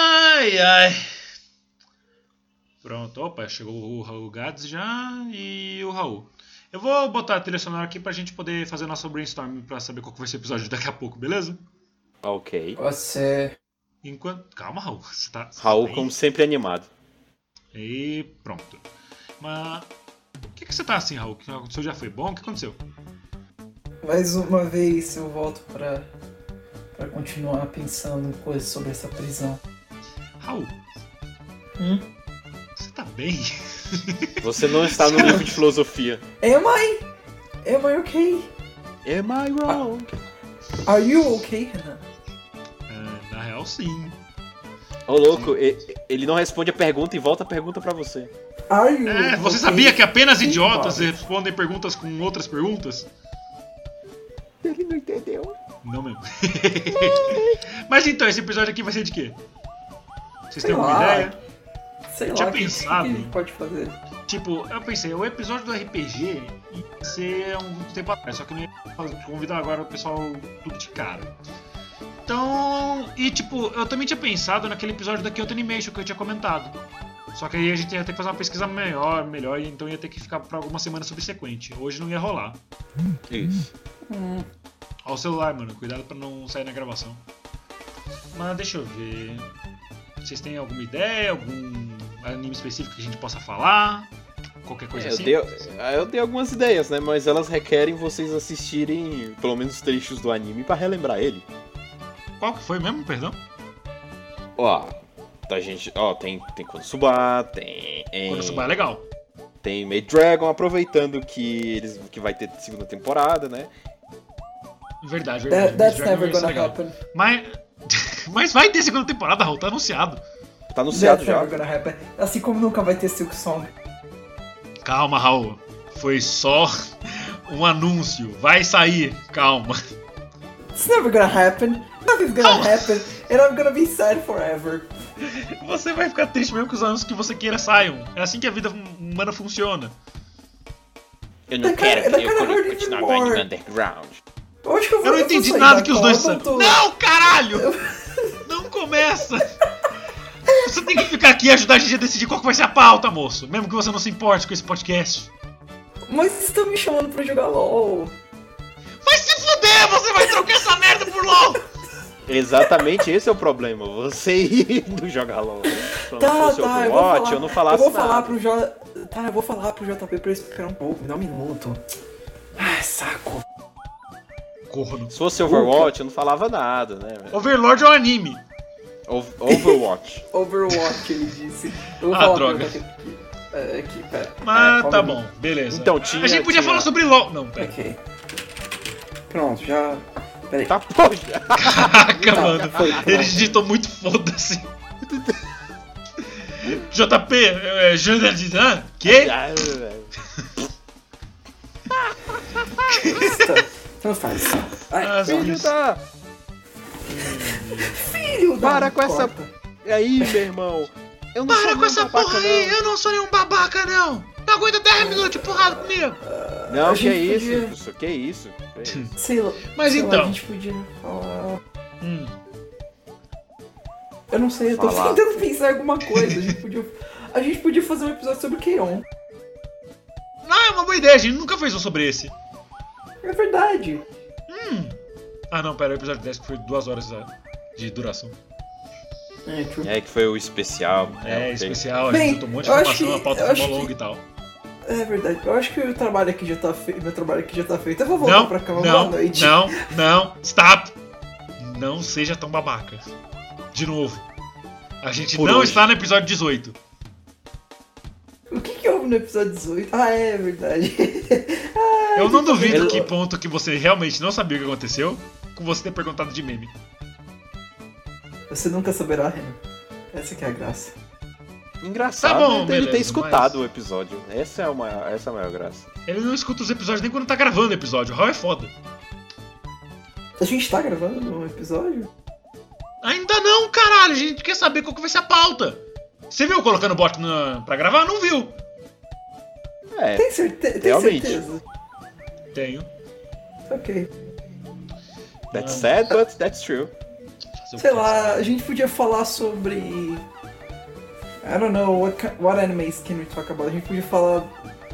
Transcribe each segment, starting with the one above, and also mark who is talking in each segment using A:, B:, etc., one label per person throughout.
A: Ai, ai. Pronto, opa, chegou o Raul Gades já e o Raul. Eu vou botar a trilha sonora aqui pra gente poder fazer nosso brainstorm pra saber qual que vai ser o episódio daqui a pouco, beleza?
B: Ok.
C: Você.
A: Enquanto. Calma, Raul. Você tá. você tá
B: Raul,
A: aí?
B: como sempre, animado.
A: E pronto. Mas. Por que, que você tá assim, Raul? O que aconteceu já foi bom? O que aconteceu?
C: Mais uma vez eu volto pra. pra continuar pensando em coisas sobre essa prisão.
A: Raul,
C: Hum?
A: você tá bem?
B: Você não está no livro de filosofia.
C: Am I? Am I okay?
B: Am I wrong?
C: Are you okay, Renan?
A: É, na real, sim.
B: Ô, louco, e- ele não responde a pergunta e volta a pergunta pra você.
C: Are you
A: É, você
C: okay?
A: sabia que apenas
C: Sim,
A: idiotas
C: Bob.
A: respondem perguntas com outras perguntas?
B: Ele não entendeu.
A: Não mesmo. Mas então, esse episódio aqui vai ser de quê? Vocês
C: Sei
A: têm alguma
C: lá.
A: ideia?
C: Sei
A: Tinha
C: lá, o que, que a
A: pensado.
C: gente pode fazer?
A: Tipo, eu pensei, o episódio do RPG ia ser há um tempo atrás, só que eu não ia fazer- convidar agora o pessoal tudo de cara. Então, e tipo, eu também tinha pensado naquele episódio da Kyoto Animation que eu tinha comentado. Só que aí a gente ia ter que fazer uma pesquisa melhor, melhor, e então ia ter que ficar pra alguma semana subsequente. Hoje não ia rolar.
B: Isso.
A: Olha o celular, mano. Cuidado pra não sair na gravação. Mas deixa eu ver. Vocês têm alguma ideia? Algum anime específico que a gente possa falar? Qualquer coisa
B: É, eu,
A: assim?
B: dei, eu dei algumas ideias, né? Mas elas requerem vocês assistirem pelo menos trechos do anime pra relembrar ele.
A: Qual que foi mesmo, perdão?
B: Ó, a gente. Ó, tem, tem Konosuba, tem. tem-
A: Konosuba é legal.
B: Tem Maid Dragon, aproveitando que eles que vai ter segunda temporada, né?
A: Verdade, verdade.
C: That, that's
A: Dragon
C: never
A: vai ser
C: gonna
A: legal.
C: happen.
A: Mas... Mas vai ter segunda temporada, Raul. Tá anunciado.
B: Tá anunciado
C: That's
B: já.
C: never gonna happen. Assim como nunca vai ter Silk Song.
A: Calma, Raul. Foi só um anúncio. Vai sair. Calma.
C: It's never gonna happen. Nothing's gonna happen. And I'm gonna be sad forever.
A: Você vai ficar triste mesmo que os anúncios que você queira saiam. É assim que a vida humana funciona.
B: Eu
C: não That quero kinda- que that eu kinda cone- hurt continuar even more.
B: underground.
C: Eu acho que eu vou
A: Eu não
C: eu vou
A: entendi
C: sair
A: nada
C: da
A: que os
C: cola,
A: dois
C: eu
A: são.
C: não tô-
A: Não, caralho! Não começa! Você tem que ficar aqui e ajudar a gente a decidir qual que vai ser a pauta, moço. Mesmo que você não se importe com esse podcast.
C: Mas vocês estão me chamando pra jogar LOL.
A: Vai se fuder! Você vai trocar essa merda por LOL!
B: Exatamente esse é o problema. Você ir do jogar LOL. Como se
C: Tá,
B: fosse
C: tá, eu vou
B: Overwatch,
C: falar.
B: eu não falasse
C: vou falar
B: nada.
C: pro J... Tá, eu vou falar pro JP pra ele esperar um pouco, me dá um minuto. Ah, saco.
A: Corno.
B: Se fosse Overwatch, eu não falava nada, né?
A: Overlord é um anime.
B: O- Overwatch.
C: Overwatch, ele disse. Eu vou
A: Ah,
C: falar
A: droga.
C: pro JP aqui. É, aqui, pera.
A: Mas
C: É,
A: tá
C: calma
A: bom, beleza.
B: Então, tinha-
A: A gente podia
B: tinha-
A: falar sobre LOL. Não,
C: aí.
A: pera.
C: Ok. Pronto, já... Peraí.
B: tá, poxa.
A: Caraca,
C: Tá,
A: mano.
C: foi,
A: Ele
C: pronto.
A: digitou muito foda-se. JP, é, Júnior de Hã? Que?
B: Ah, velho.
C: Tá. Então faz. Ai,
A: Ah,
B: Filho da...
C: filho da
B: para com essa-
C: porta.
B: Aí, meu irmão. Eu não sou
A: Para com
B: nenhum
A: essa
B: babaca, É.
A: porra aí,
B: não.
A: eu não sou nenhum babaca, não! Não aguenta 10 minutos de porrada comigo!
B: Não,
C: A
B: que é
C: gente
B: isso,
C: podia-
B: isso, que isso, que isso.
C: Sei lá.
A: Mas
C: sei lá,
A: então.
C: a gente podia falar...
A: Hum,
C: Eu não sei, eu tô
B: Falar.
C: tentando pensar em alguma coisa. A gente podia... A gente podia fazer um episódio sobre Keion.
A: Não, é uma boa ideia, a gente nunca fez um sobre esse.
C: É verdade.
A: Ah não, pera, o episódio 10 que foi duas horas ah, de duração.
C: É, true.
B: É que foi o especial. né?
A: É,
B: ok.
A: especial, a
C: Bem,
A: gente botou um monte de
C: eu acho
A: informação,
C: que-
A: a pauta
C: eu
A: ficou
C: acho
A: longa
C: que-
A: e tal.
C: É verdade. Eu acho que o trabalho aqui já tá feito. Meu trabalho aqui já tá feito. Eu vou voltar
A: Não,
C: pra cama.
A: não,
C: Boa noite.
A: não, não, stop! Não seja tão babaca. De novo. A gente
B: Por
A: não
B: hoje.
A: está no episódio 18.
C: O que que houve no episódio 18? Ah, é verdade. Ai,
A: eu não
C: que
A: duvido
C: coisa.
A: que ponto que você realmente não sabia o que aconteceu com você ter perguntado de meme.
C: Você nunca saberá, Renan. Essa que é a graça.
B: Engraçado
A: Tá bom,
B: é dele
A: beleza,
B: ter
A: mas-
B: escutado o episódio. Essa é, uma, essa é a maior graça.
A: Ele não escuta os episódios nem quando tá gravando o episódio. O Raul é foda.
C: A gente tá gravando no episódio?
A: Ainda não, caralho. A gente quer saber qual que vai ser a pauta. Você viu eu colocando o bot na... pra gravar? Não viu.
B: É,
C: Tem, certe... Tem
B: Realmente.
C: certeza?
A: Tenho.
C: Ok.
B: that's sad, but that's true.
A: Fazer um
C: Sei
A: podcast.
C: lá, a gente podia falar sobre. I don't know, what, ki- what animes can we talk about? A gente podia falar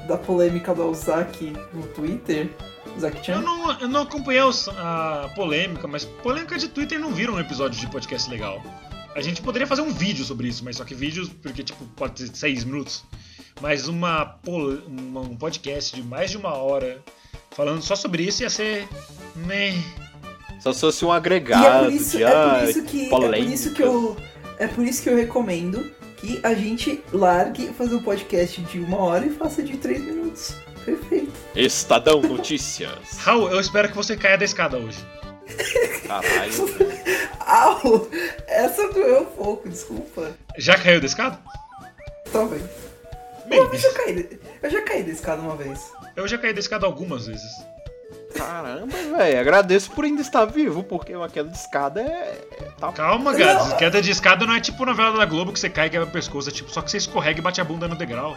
C: da polêmica do Ozaki no Twitter. Ozaki
A: Eu
C: Chan?
A: não, eu não acompanhei os- a polêmica, mas polêmica de Twitter não vira um episódio de podcast legal. A gente poderia fazer um vídeo sobre isso, mas só que vídeos, porque tipo, pode ser seis minutos. Mas uma, pol- uma- um podcast de mais de uma hora falando só sobre isso ia ser. né? Meh.
B: Só se fosse um
C: E é
B: agregado
C: por isso,
B: de
C: é por
B: ah,
C: isso que. É por isso que eu.
B: polêmicas.
C: É por isso que eu recomendo que a gente largue fazer um podcast de uma hora e faça de três minutos. Perfeito.
B: Estadão Notícias.
A: Raul, eu espero que você caia da escada hoje.
B: Caralho.
C: Au! Essa doeu um pouco, desculpa.
A: Já caiu da escada?
C: Talvez.
A: Bem,
C: Uma vez eu caí. Eu já caí da escada uma vez.
A: eu já caí da escada algumas vezes.
B: Caramba, velho. Agradeço por ainda estar vivo, porque uma queda de escada é. é- Tá...
A: Calma,
C: Não.
A: gato. Queda de escada não é tipo novela da Globo que você cai e quebra o pescoço, é tipo só que você escorrega e bate a bunda no degrau.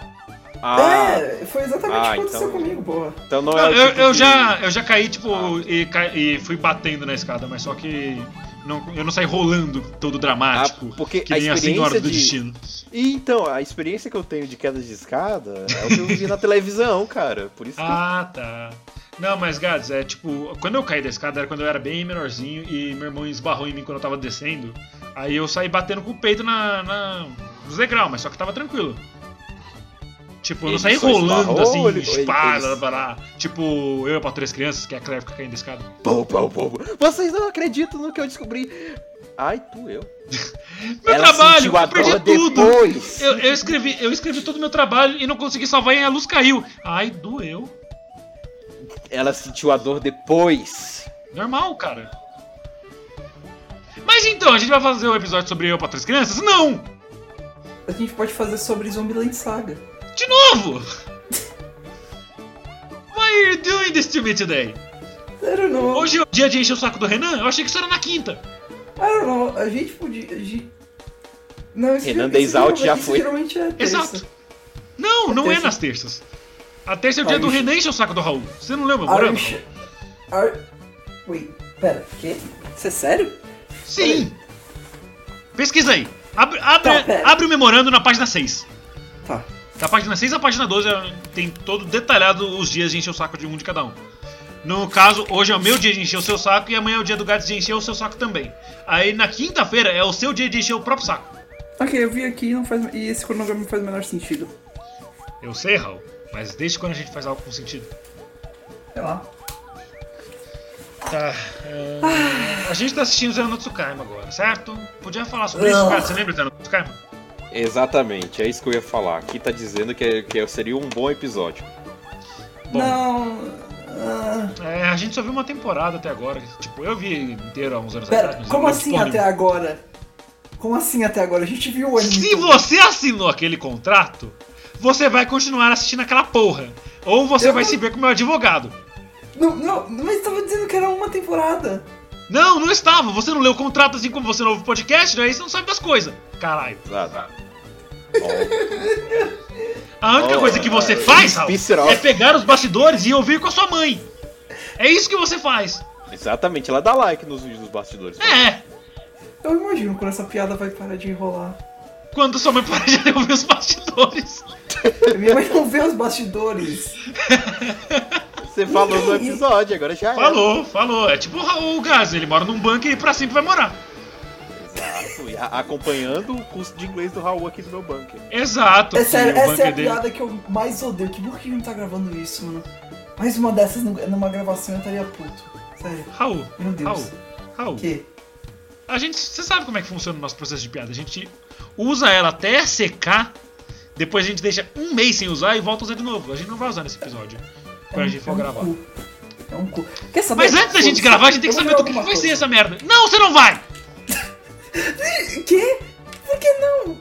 B: Ah,
C: É, foi exatamente o
B: Ah,
C: que aconteceu
B: então-
C: comigo, porra.
B: então não é.
A: Eu,
B: o
A: eu-
B: tipo
A: eu
B: de-
A: já, eu já caí, tipo,
B: Ah.
A: e, ca- e fui batendo na escada, mas só que não- eu não saí rolando todo dramático,
B: Ah, porque
A: que
B: a
A: nem a Senhora
B: experiência
A: do
B: de-
A: Destino.
B: E então, a experiência que eu tenho de queda de escada é o que eu vi na televisão, cara. Por isso que.
A: Ah, tá. Não, mas, Gads, é tipo, quando eu caí da escada era quando eu era bem menorzinho e meu irmão esbarrou em mim quando eu tava descendo. Aí eu saí batendo com o peito na, na, nos degraus, mas só que tava tranquilo. Tipo, eu não
B: Ele
A: saí
B: só
A: rolando
B: esbarrou
A: assim,
B: ou ele- ou ele-
A: espada, blá,
B: ele-
A: blá, blá. tipo, eu e para três crianças, que é a Cleve fica caindo da escada.
B: Pô, pô, pô. Vocês não acreditam no que eu descobri. Ai, tu eu.
A: Meu
B: Ela
A: trabalho,
B: sentiu a
A: eu perdi
B: dor
A: tudo.
B: depois.
A: Eu, eu escrevi, eu escrevi todo o meu trabalho e não consegui salvar e a luz caiu. Ai, doeu.
B: Ela sentiu a dor depois.
A: Normal, cara. Mas então, a gente vai fazer um episódio sobre eu pra três crianças? Não!
C: A gente pode fazer sobre Zombieland Saga.
A: De novo! Why are you doing this to me today?
C: I don't know.
A: Hoje é o dia de encher o saco do Renan? Eu achei que isso era na quinta.
C: I don't know. A gente podia. A gente... Não, isso
B: Renan
C: isso
B: Days Out
C: geralmente-
B: já
C: isso
B: foi.
C: geralmente é terça.
A: Exato. Não, não é
C: terça.
A: nas terças. A terça é o dia
C: Are
A: do
C: you-
A: Renan encher o saco do Raul. Você não lembra,
C: Are
A: Morano?
C: you sure? Are... Wait, pera, quê? Isso é sério?
A: Sim! Pesquisa aí. Abre, abre,
C: Tá, pera.
A: abre o memorando na página 6.
C: Tá.
A: Da página 6 à página 12 tem todo detalhado os dias de encher o saco de um de cada um. No caso, hoje é o meu dia de encher o seu saco e amanhã é o dia do gato de encher o seu saco também. Aí na quinta-feira é o seu dia de encher o próprio saco.
C: Ok, eu vi aqui e não faz... e esse cronograma não faz o menor sentido.
A: Eu sei, Raul, mas desde quando a gente faz algo com sentido?
C: Sei lá.
A: Tá. é, A gente tá assistindo Zero no Tsukaima agora, certo? Podia falar sobre isso,
C: Não.
A: cara. Você lembra do Zero no Tsukaima?
B: Exatamente, é isso que eu ia falar. Aqui tá dizendo que, que seria um bom episódio.
A: Bom.
C: Não. ah,
A: É, a gente só viu uma temporada até agora. Tipo, eu vi inteiro há uns anos atrás.
C: Pera,
A: mas eu
C: como
A: não lembro
C: assim
A: porra
C: até
A: nenhuma.
C: agora? Como assim até agora? A gente viu o anime.
A: Se
C: todo.
A: você assinou aquele contrato, você vai continuar assistindo aquela porra. Ou você
C: Eu
A: vai
C: não-
A: se ver com o meu advogado.
C: Não, não, mas tava dizendo que era uma temporada.
A: Não, não estava. Você não leu o contrato assim como você não ouve o podcast, daí você não sabe das coisas. Caralho.
B: Exato.
A: A única
B: Oh,
A: coisa que você
B: ah,
A: faz, Raul,
B: visceral.
A: é pegar os bastidores e ouvir com a sua mãe. É isso que você faz.
B: Exatamente, ela dá like nos vídeos dos bastidores.
A: É.
C: Eu imagino quando essa piada vai parar de enrolar.
A: Quando sua mãe para de ouvir os bastidores.
C: Minha mãe não vê os bastidores.
B: Você falou no episódio, agora já é.
A: Falou, falou. É tipo o Raul Gás, ele mora num bunker e pra sempre vai morar.
B: Exato, e Ah, a- acompanhando o curso de inglês do Raul aqui do meu bunker.
A: Exato.
C: É sério,
A: e o
C: essa é
A: bunker
C: a
A: dele-
C: piada que eu mais odeio. Que bom que a gente não tá gravando isso, mano. Mais uma dessas nu- numa gravação eu estaria puto. Sério,
A: Raul,
C: meu Deus.
A: Raul, Raul.
C: O quê?
A: A gente, você sabe como é que funciona o nosso processo de piada? A gente usa ela até secar, depois a gente deixa um mês sem usar e volta a usar de novo. A gente não vai usar nesse episódio quando a gente for gravar.
C: um cu. É um cu. Quer saber?
A: Mas antes da gente gravar, a gente tem que
C: Eu
A: saber
C: vou
A: do que, que
C: virar
A: vai ser
C: alguma
A: essa merda. Não, você não vai!
C: coisa. Quê? Por que não?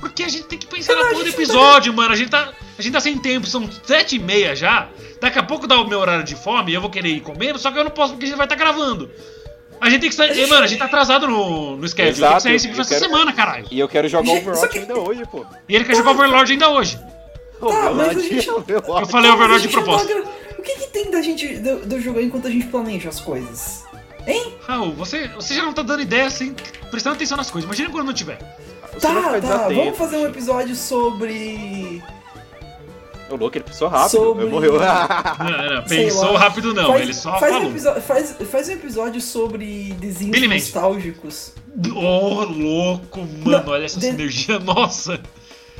A: Porque a gente tem que pensar
C: Não,
A: na
C: a
A: porra do
C: gente não
A: episódio, mano. A gente, tá, a gente tá sem tempo, são sete e meia já. Daqui a pouco dá o meu horário de fome e eu vou querer ir comer, só que eu não posso porque a gente vai estar gravando. A gente tem que sair. Mano, a gente tá atrasado no, no schedule.
B: Exato,
A: tem que sair esse
B: eu
A: essa
B: quero-
A: semana, caralho.
B: E eu quero jogar
C: Gente, só
B: Overwatch
C: que-
B: ainda hoje, pô.
A: E ele quer jogar Overlord ainda hoje.
B: Overwatch,
C: Tá, mas a gente-
A: Eu
B: Overwatch.
A: falei
C: Não, mas a
A: Overlord de
C: gente não
A: propósito.
C: tá gra- O que que tem da gente do, do jogo enquanto a gente planeja as coisas?
A: Raul, você, você já não tá dando ideia assim, prestando atenção nas coisas. Imagina quando não tiver.
B: Você vai
C: Tá,
B: ficar
C: tá,
B: desatento,
C: vamos fazer um
B: Chico.
C: episódio sobre.
B: Ô, louco, ele pensou rápido.
C: Sobre-
B: Ele morreu.
A: Não, não,
C: Sei
A: pensou
C: lá.
A: rápido não,
C: faz,
A: ele só
C: faz Um
A: falou.
C: episo- faz, faz um episódio sobre desenhos
A: Billy Mandy.
C: nostálgicos.
A: Ô, louco, mano, olha essa
C: de-
A: sinergia nossa.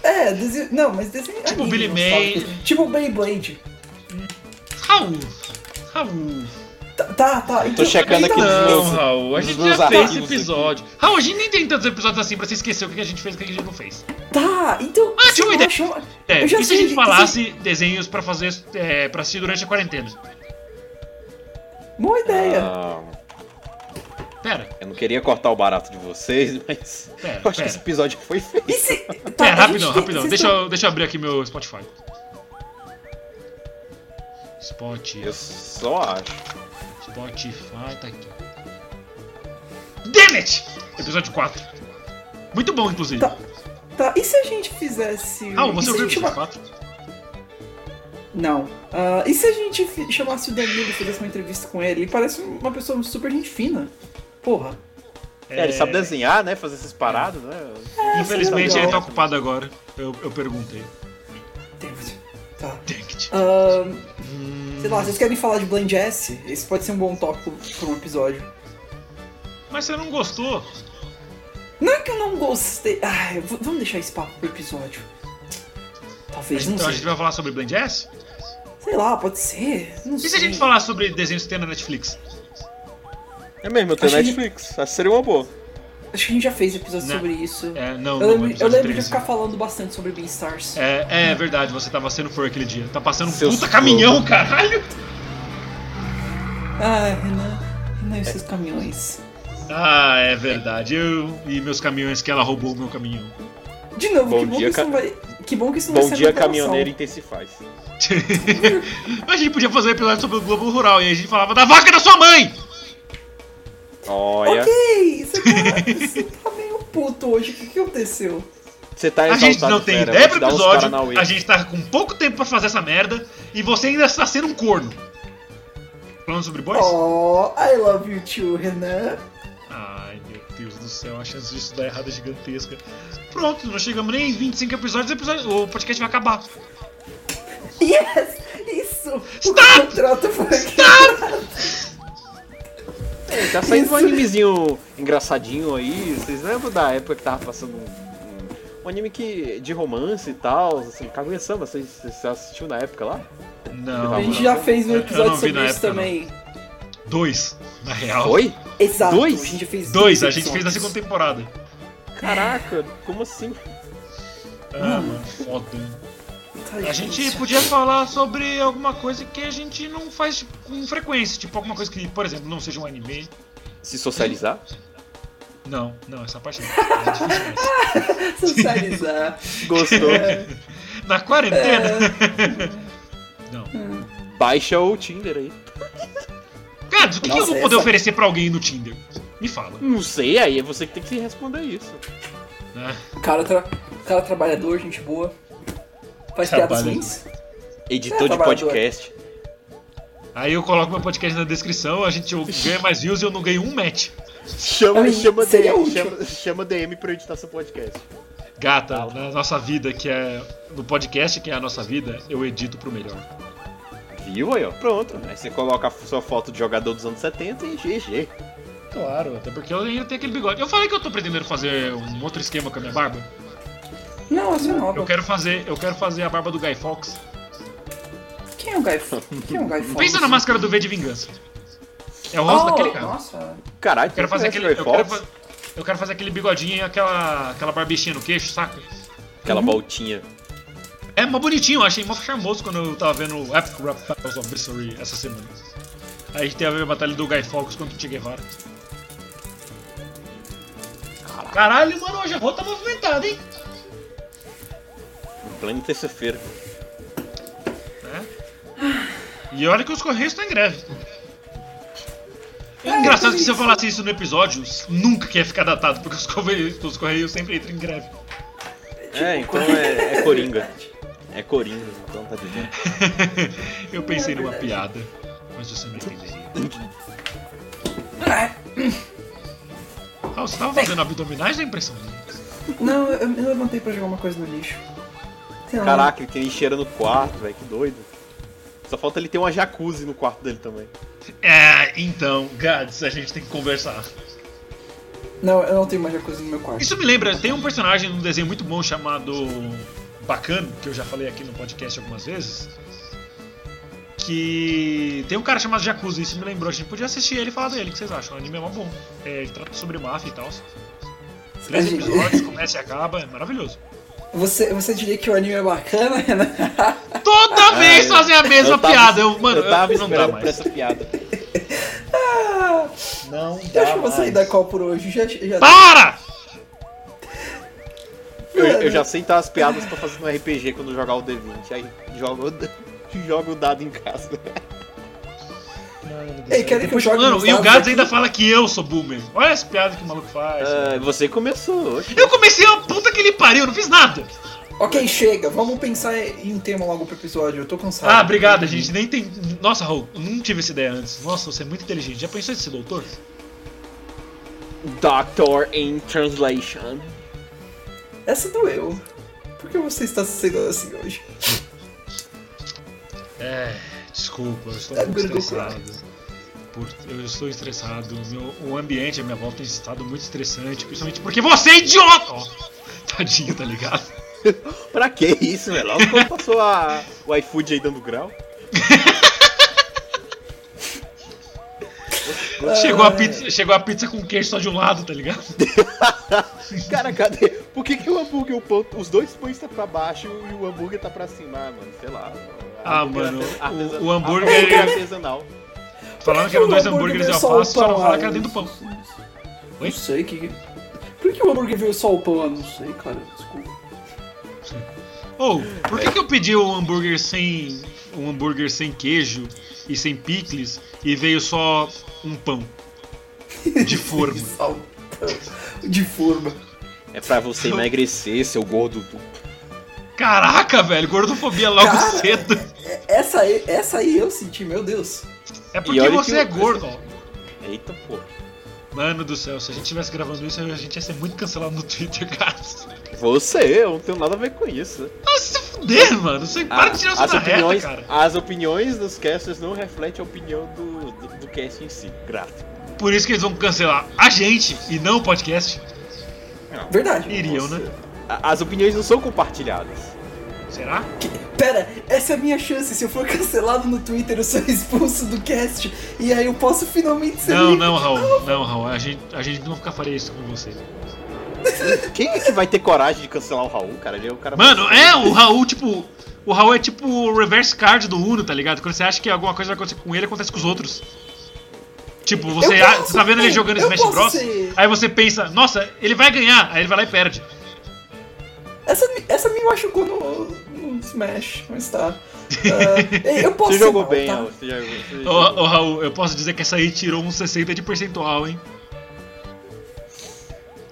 C: É, desenho. Não, mas desenho.
A: Tipo
C: anime
A: Billy
C: nostálgico.
A: Mandy.
C: Tipo Beyblade.
A: Raul, Raul.
C: Tá, tá. tá.
B: Tô checando aqui
C: então-
B: nos
A: Não,
B: meus-
A: Raul, a
B: nos
A: gente
B: meus
A: já fez esse
B: arquivos
A: episódio. Raul, a gente nem tem tantos episódios assim pra você esquecer o que a gente fez e o que a gente não fez.
C: Tá, então.
A: Ah, tinha uma
C: sei
A: ideia.
C: lá, chama-
A: É,
C: Eu
A: e
C: já
A: se a
C: sei,
A: gente
C: eu
A: falasse desenhos pra fazer, é, pra assistir durante a quarentena?
C: Boa ideia.
B: Ah,
A: Pera,
B: eu não queria cortar o barato de vocês, mas.
A: pera,
B: Eu acho que esse
A: pera.
B: episódio foi feito.
C: E se. Tá,
A: Pera,
C: a
A: É, rapidão,
C: gente tem-
A: rapidão.
C: vocês
A: Deixa
C: tão-
A: eu, deixa eu abrir aqui meu Spotify. Spotify.
B: Eu só acho.
A: Spotify tá aqui. Damn it! Episódio 4. Muito bom, inclusive.
C: Tá. é Tá, e se a gente fizesse.
A: Raul, Ah, você
C: e se a
A: ouviu o
C: gente chama-
A: episódio 4?
C: Não. Ah, e se a gente fi- chamasse o Danilo e fizesse uma entrevista com ele? Ele parece uma pessoa super gente fina. Porra.
B: É, ele sabe desenhar, né? Fazer essas paradas, né?
A: Infelizmente ele tá
C: seria É, legal.
A: ocupado agora. Eu, eu perguntei.
C: David. Tá.
A: Damn it.
C: Ah, sei lá, vocês querem falar de Blind S? Esse pode ser um bom tópico pra um episódio.
A: Mas você não gostou?
C: Não é que eu não gostei. Ah, eu vou- vamos deixar esse papo pro episódio. Talvez, não
A: Então a gente
C: sei.
A: vai falar sobre Blend S?
C: Sei lá, pode ser. Não
A: E
C: sei.
A: se a gente falar sobre desenhos que tem na Netflix?
B: É mesmo, eu tenho
C: Acho que-
B: Netflix. Acho que seria uma boa.
C: é Acho que a gente já fez episódio
A: Não.
C: sobre isso.
A: É, não, não,
C: Eu lembro, eu
A: episódio
C: lembro de
A: 13.
C: ficar falando bastante sobre Beastars.
A: É, é verdade, você tava sendo for aquele dia. Tá passando um
B: Seus
A: puta caminhão, caralho!
C: Ah, Renan, Renan e seus caminhões.
A: Ah, é verdade. Eu e meus caminhões que ela roubou o meu caminhão.
C: De novo,
B: Bom
C: que, bom
B: dia,
C: que isso
B: ca-
C: não vai, que bom que isso não
B: Bom
C: vai ser
B: dia,
C: revelação.
B: caminhoneiro intensifaz.
A: a gente podia fazer um episódio sobre o Globo Rural e aí a gente falava da vaca da sua mãe!
B: Olha,
C: Ei, você tá, você tá meio puto hoje, o que, que aconteceu?
B: você tá
A: A
B: exaltado,
A: gente não tem
B: fera.
A: ideia
B: Vou te
A: pro
B: dar uns
A: episódio,
B: Paranauê.
A: a gente tá com pouco tempo pra fazer essa merda e você ainda está sendo um corno. Falando sobre boys?
C: Oh, I love you too, Renan.
A: Ai meu Deus do céu, a chance disso dar errado é gigantesca. Pronto, não chegamos nem em 25 episódios, episódio- o podcast vai acabar.
C: Yes, isso.
A: Stop!
C: O contrato foi
B: É, Tá saindo um
C: Isso.
B: animezinho engraçadinho aí. Vocês lembram da época que tava passando um, um- um anime que, de romance e tal? Assim, Kaguya-sama, vocês, vocês assistiam na época lá?
A: Não,
C: A
B: Não,
C: gente já fez um
A: Eu- eu
C: episódio
A: não vi na
C: sobre isso
A: época, não.
C: também.
A: dois, na real.
B: Oi?
C: Exato.
B: Dois?
C: A gente já fez
A: Dois, a
C: dois
A: gente fez na
C: episódios.
A: segunda temporada.
B: Caraca, como assim?
A: Ah,
B: Hum.
A: mano, foda.
C: Tá,
A: A gente podia falar sobre alguma coisa que a gente não faz tipo, com frequência, tipo alguma coisa que, por exemplo, não seja um anime.
B: Se socializar?
A: Não, não, essa parte não. É difícil mesmo.
C: socializar.
B: Gostou?
C: É.
A: Na quarentena?
C: É.
A: Não.
B: Baixa o Tinder aí.
A: Cara, o que, que eu
C: Nossa,
A: vou poder
C: essa-
A: oferecer pra alguém no Tinder? Me fala.
B: Não sei, aí é você que tem que se responder isso.
A: né?
C: O cara, tra... o cara trabalhador, gente boa. Faz piadas
A: Trabalha.
C: ruins.
B: Editor de
C: é trabalhador.
B: podcast.
A: Aí eu coloco meu podcast na descrição, a gente ganha mais views e eu não ganho um match.
B: Chama,
C: Ai,
B: chama,
C: seria
B: DM,
C: útil.
B: chama, chama DM pra eu editar seu podcast.
A: Gata, na nossa vida, que é. No podcast, que é a nossa vida, eu edito pro melhor.
B: Viu aí, ó? Pronto. Aí você coloca a sua foto de jogador dos anos 70 e GG.
A: Claro, até porque eu ainda tenho aquele bigode. Eu falei que eu tô pretendendo fazer um outro esquema com a minha barba.
C: Não, essa é
A: Eu
C: nova.
A: quero fazer, eu quero fazer a barba do Guy Fox.
C: Quem é o Guy Fawkes? Quem é o Guy Fawkes?
A: Pensa na máscara do V de Vingança. É o rosto
C: Oh,
A: daquele cara.
C: Nossa.
B: Caralho,
A: Eu quero
B: você
A: fazer
B: conhece
A: aquele,
B: o
A: eu
B: Guy
A: quero,
B: Fawkes?
A: fa- eu quero fazer aquele bigodinho e aquela, aquela barbichinha no queixo, saca?
B: Aquela voltinha.
A: É mó bonitinho, eu achei mó charmoso quando eu tava vendo o Epic Rap Battles of Mystery essa semana. Aí tem a ver a batalha do Guy Fawkes contra o Che Guevara. Caralho, mano, hoje a rua tá movimentada, hein?
B: Em plena terça-feira.
A: né? E olha que os Correios estão em greve. É engraçado que se eu falasse isso no episódio, nunca que ia ficar datado, porque os Correios, os correios sempre entram em greve.
B: É, então é, é Coringa. É Coringa, então tá de bem.
A: Eu pensei numa piada, mas você não entenderia.
C: é.
A: Ah, você tava fazendo abdominais ou é impressão minha?
C: Não, eu me levantei pra jogar uma coisa no lixo. Sei lá.
B: Caraca, ele tem lixeira no quarto, velho, que doido. Só falta ele ter uma jacuzzi no quarto dele também.
A: É, então, Gads, a gente tem que conversar.
C: Não, eu não tenho mais jacuzzi no meu quarto.
A: Isso me lembra, tem um personagem num desenho muito bom chamado Bacano, que eu já falei aqui no podcast algumas vezes. Que tem um cara chamado Jacuzzi, isso me lembrou, a gente podia assistir ele e falar dele, o que vocês acham? O anime é mó bom. É, ele trata sobre máfia e tal. é Três
C: gente-
A: episódios, começa e acaba, é maravilhoso.
C: Você, você diria que o anime é bacana, né? Renan?
A: Toda vez fazem a mesma
B: Ah, Eu tava-
A: piada, eu, mano, eu,
B: eu tava
A: não dá
B: esperando por
A: mais.
B: essa piada.
A: Não
C: Ah. Eu acho que eu vou sair da call por hoje. Já, já...
A: Para!
B: Eu, eu já sei tá as piadas pra fazer no RPG quando jogar o D20. Aí joga o, d- joga o dado em casa.
C: Ei, querem que eu jogue
A: Mano,
C: nos
A: e o
C: dados
A: Gads
C: aqui?
A: ainda fala que eu sou boomer. Olha essa piada que o maluco faz.
B: Ah, você começou. oxe.
A: Eu comecei uma puta que ele pariu, eu não fiz nada.
C: Ok, chega. Vamos pensar em um tema logo pro episódio. Eu tô cansado.
A: Ah, obrigado, gente. Nem tem. Nossa, Raul, eu não tive essa ideia antes. Nossa, você é muito inteligente. Já pensou em ser doutor?
B: Doctor in Translation.
C: Essa doeu. Por que você está sendo assim hoje?
A: É, desculpa, eu estou
C: Tá
A: um pouco
C: doendo o
A: estressado. Por- eu estou estressado. O meu- o ambiente à minha volta tem estado muito estressante, principalmente porque você é idiota! Ó, tadinho, tá ligado?
B: Pra que isso, velho? Logo quando passou a, o iFood aí dando grau.
A: Chegou a, pizza, chegou a pizza com queijo só de um lado, tá ligado?
B: Cara, cadê? Por que, que o hambúrguer, o pão, os dois pães tá pra baixo e o hambúrguer tá pra cima? Ah, mano, sei lá.
A: Ah,
B: Hambúrguer
A: mano,
B: artes-
A: o-
B: artesa-
A: o hambúrguer-
B: hambúrguer é- artesanal.
A: Falaram
C: que
A: que eram
C: o
A: dois
C: hambúrguer
A: hambúrgueres de
C: veio só o
A: alface, só não
C: pão,
A: falaram
C: ah,
A: que era dentro do pão. Oi?
C: Não sei que. Por que o hambúrguer veio só o pão? Eu não sei, cara. Desculpa.
A: Ou, por que, que eu pedi um hambúrguer sem. um hambúrguer sem queijo e sem picles e veio só um pão? De forma.
C: Saltão. De forma.
B: É pra você emagrecer, seu gordo.
A: Caraca, velho, gordofobia logo
C: Cara.
A: cedo.
C: Essa aí, essa aí eu senti, meu Deus.
A: É
B: E
A: porque
B: olha
A: você
B: que
A: é
B: o-
A: gordo.
B: Eita, pô.
A: Mano do céu, se a gente tivesse gravando isso, a gente ia ser muito cancelado no Twitter, cara.
B: Você, eu não tenho nada a ver com isso.
A: Nossa, se fuder, mano. Você para de tirar
B: Ah, as,
A: isso da reta,
B: opiniões,
A: cara.
B: as opiniões dos casters não refletem a opinião do, do, do cast em si. Grato.
A: Por isso que eles vão cancelar a gente e não o podcast.
C: Verdade.
A: Iriam,
B: Nossa.
A: né?
B: A- As opiniões não são compartilhadas.
A: Será?
C: Pera, essa é a minha chance. Se eu for cancelado no Twitter, eu sou expulso do cast. E aí eu posso finalmente ser.
A: Não,
C: livre.
A: não, Raul. Não, Raul. A gente, a gente nunca faria isso com você.
B: Quem é que vai ter coragem de cancelar o Raul, cara? Ele é o cara
A: Mano,
B: mais-
A: é o Raul, tipo. O Raul é tipo o reverse card do Uno, tá ligado? Quando você acha que alguma coisa vai acontecer com ele, acontece com os outros. Tipo, você,
C: Eu
A: a-
C: posso
A: você tá vendo ele
C: ser,
A: jogando
C: eu
A: Smash
C: posso
A: Bros?
C: ser.
A: Aí você pensa, nossa, ele vai ganhar. Aí ele vai lá e perde.
C: Essa, me- essa me machucou no, no Smash, mas tá. Ah, eu posso
B: Você
C: ser
B: jogou
C: mal,
B: bem,
C: tá?
B: Raul. Você jogou, você
A: Ô,
B: jogou.
A: ô, Raul, eu posso dizer que essa aí tirou um 60 de percentual, hein?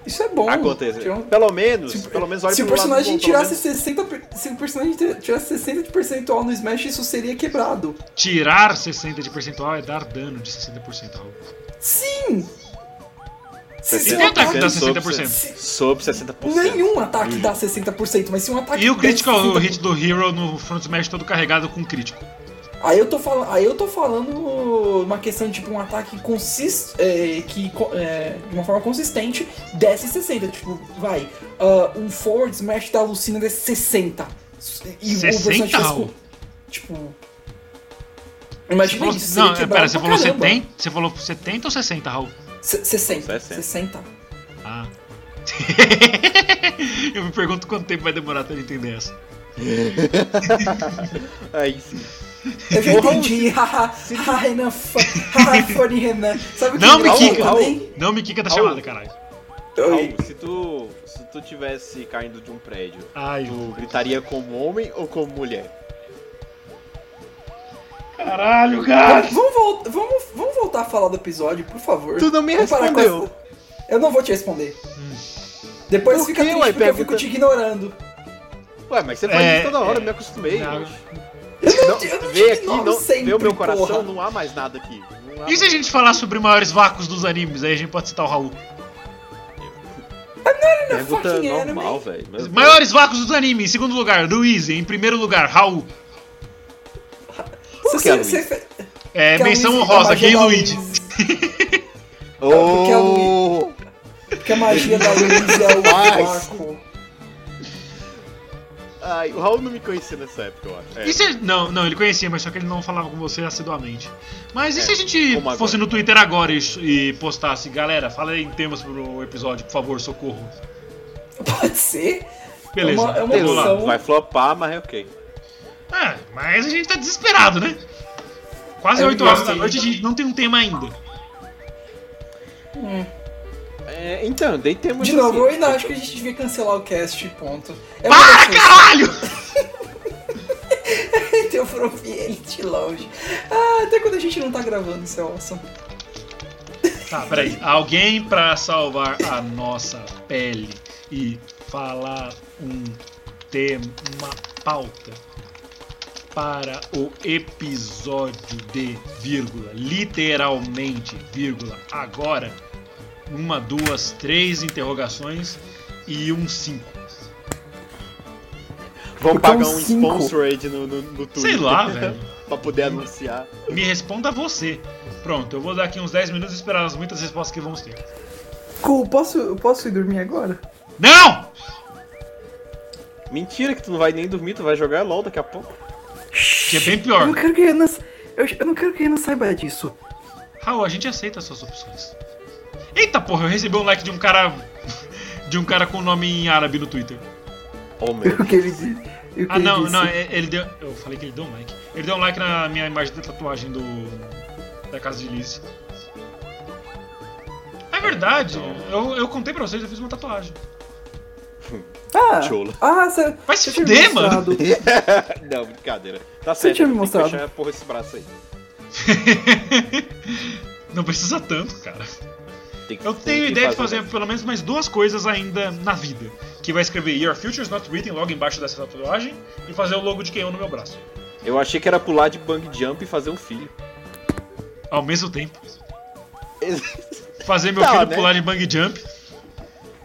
C: Isso é bom.
B: Acontece.
C: Tirou um-
B: Pelo menos,
C: Se,
B: pelo menos olha
C: se o
B: pro lado
C: personagem
B: bom, pelo
C: tirasse
B: menos-
C: 60, per- se o personagem tira- tirasse 60 de percentual no Smash, isso seria quebrado.
A: Tirar 60 de percentual é dar dano de 60%, Raul.
C: Sim! Se
A: Tem
C: seu
A: que ataque
C: ataque-
A: dá
B: sob
A: 60%.
B: se- Sob 60%.
C: Nenhum ataque dá 60%, mas se um ataque
A: E o
C: der
A: critical
C: 60%,
A: hit do Hero no front smash todo carregado com crítico.
C: Aí eu tô falando, aí eu tô falando uma questão de tipo um ataque consist, é, que co- é, de uma forma consistente desce 60, tipo, vai, ah, um forward smash da Lucina desce 60. E
A: 60,
C: faz
A: Raul?
C: co- tipo
A: Você
C: Imagina
A: falou,
C: isso, seria
A: não, é,
C: quebrado
A: pera, você
C: pra
A: falou,
C: caramba.
A: 70, você falou 70 ou 60, Raul?
C: Se- 60,
B: 60.
C: 60.
A: Ah. Eu me pergunto quanto tempo vai demorar até ele entender essa.
B: Aí sim.
C: Eu já
B: Ô, Raul,
C: entendi. Haha, haha, Renan, fa- haha, funny Renan. Sabe o que
A: Não
C: é
A: me
C: engraçado
A: quica.
C: também?
A: Não me quica da
B: Raul.
A: chamada, caralho.
C: Oi.
B: Raul, se tu, se tu tivesse caindo de um prédio,
A: Ai,
B: tu gritaria como homem ou como mulher?
A: caralho,
C: Vamos,
A: cara.
C: vamos vol- vamos- vamos voltar a falar do episódio, por favor.
B: Tu não me
C: Vamos parar com
B: respondeu. Hum.
C: essa- Eu não vou te responder. Depois
B: Por
C: fica
B: quê,
C: triste
B: ué?
C: porque eu fico
B: Pergunta-
C: te ignorando.
B: Ué, mas você faz
A: É,
B: isso toda hora,
A: é.
B: eu me acostumei.
A: Não.
B: Não,
C: Eu não, te- eu não te
B: vê aqui,
C: ignoro
B: não,
C: sempre,
B: vê o meu coração,
C: porra.
B: não há mais nada aqui. Não há-
A: E se a gente falar sobre maiores vácuos dos animes? Aí a gente pode citar o Raul.
B: Pergunta
C: fucking anime.
B: É normal, velho. Meu Deus.
A: Maiores vácuos dos animes, em segundo lugar, do Easy. Em primeiro lugar, Raul.
B: Por que a Luísa?
C: fe-
A: É,
C: que a
A: menção
C: Luísa-
A: honrosa,
C: a magia
A: Gay
C: da
A: Luigi.
C: Luísa- porque a
B: Oh!
C: Porque a magia da Luísa é o
B: Mas-
C: vácuo.
B: Ai, o Raul não me conhecia nessa época, eu acho. É.
A: E se- Não, não, ele conhecia, mas só que ele não falava com você assiduamente. Mas e se a gente
B: É, como agora?
A: fosse no Twitter agora e, e postasse, galera, fala aí em temas pro episódio, por favor, socorro.
C: Pode ser.
A: Beleza,
C: É uma- é uma
A: vamos lá.
C: opção.
B: Vai flopar, mas é ok.
A: Ah, mas a gente tá desesperado, né? Quase
C: Eu
A: 8 horas da
C: gostei.
A: noite, a gente não tem um tema ainda.
B: É, então, daí temos.
C: De novo, eu
B: assim,
C: ainda acho que a gente devia cancelar o cast, ponto. É
A: Para, Ah, caralho!
C: muito Então, eu pra ouvir ele de longe. Ah, até quando a gente não tá gravando, isso é awesome.
A: Tá, peraí. Alguém pra salvar a nossa pele e falar um tema, uma pauta para o episódio de vírgula, literalmente vírgula, agora. Uma, duas, três interrogações e um cinco.
B: Vão
C: Porque é um
B: pagar um
C: cinco.
B: sponsor aí de- no, no, no Twitter.
A: Sei lá, velho.
B: pra poder anunciar.
A: Me responda você. Pronto, eu vou dar aqui uns 10 minutos e esperar as muitas respostas que vamos ter.
C: Cu, posso, posso ir dormir agora?
A: Não!
B: Mentira que tu não vai nem dormir, tu vai jogar LOL daqui a pouco.
A: Que é bem pior.
C: quero que a Renan. Eu, não quero que a Renan saiba disso.
A: Raul, a gente aceita as suas opções. Eita porra, eu recebi um like de um cara. De um cara com nome em árabe no Twitter.
B: Oh, meu.
C: que ele disse.
A: Ah não, não, é- ele deu. Eu falei que ele deu um like. Ele deu um like na minha imagem da tatuagem do. Da casa de Liz. É verdade, eu, eu contei pra vocês, eu fiz uma tatuagem.
C: Ah,
B: Cholo.
C: ah você,
A: Vai se fuder, mano!
B: Não, brincadeira. Tá
C: Você
B: certo.
C: tinha me
B: tem que
C: mostrado.
B: fechar, porra, esse braço aí.
A: Não precisa tanto, cara.
B: Tem que-
A: Eu
B: tem
A: tenho
B: que
A: ideia de fazer
B: né?
A: pelo menos mais duas coisas ainda na vida. Que vai escrever Your Future's Not Written logo embaixo dessa tatuagem e fazer o logo de K.O. no meu braço.
B: Eu achei que era pular de bang jump e fazer um filho.
A: Ao mesmo tempo. Fazer meu
B: Tá,
A: filho
B: né?
A: pular de bang jump.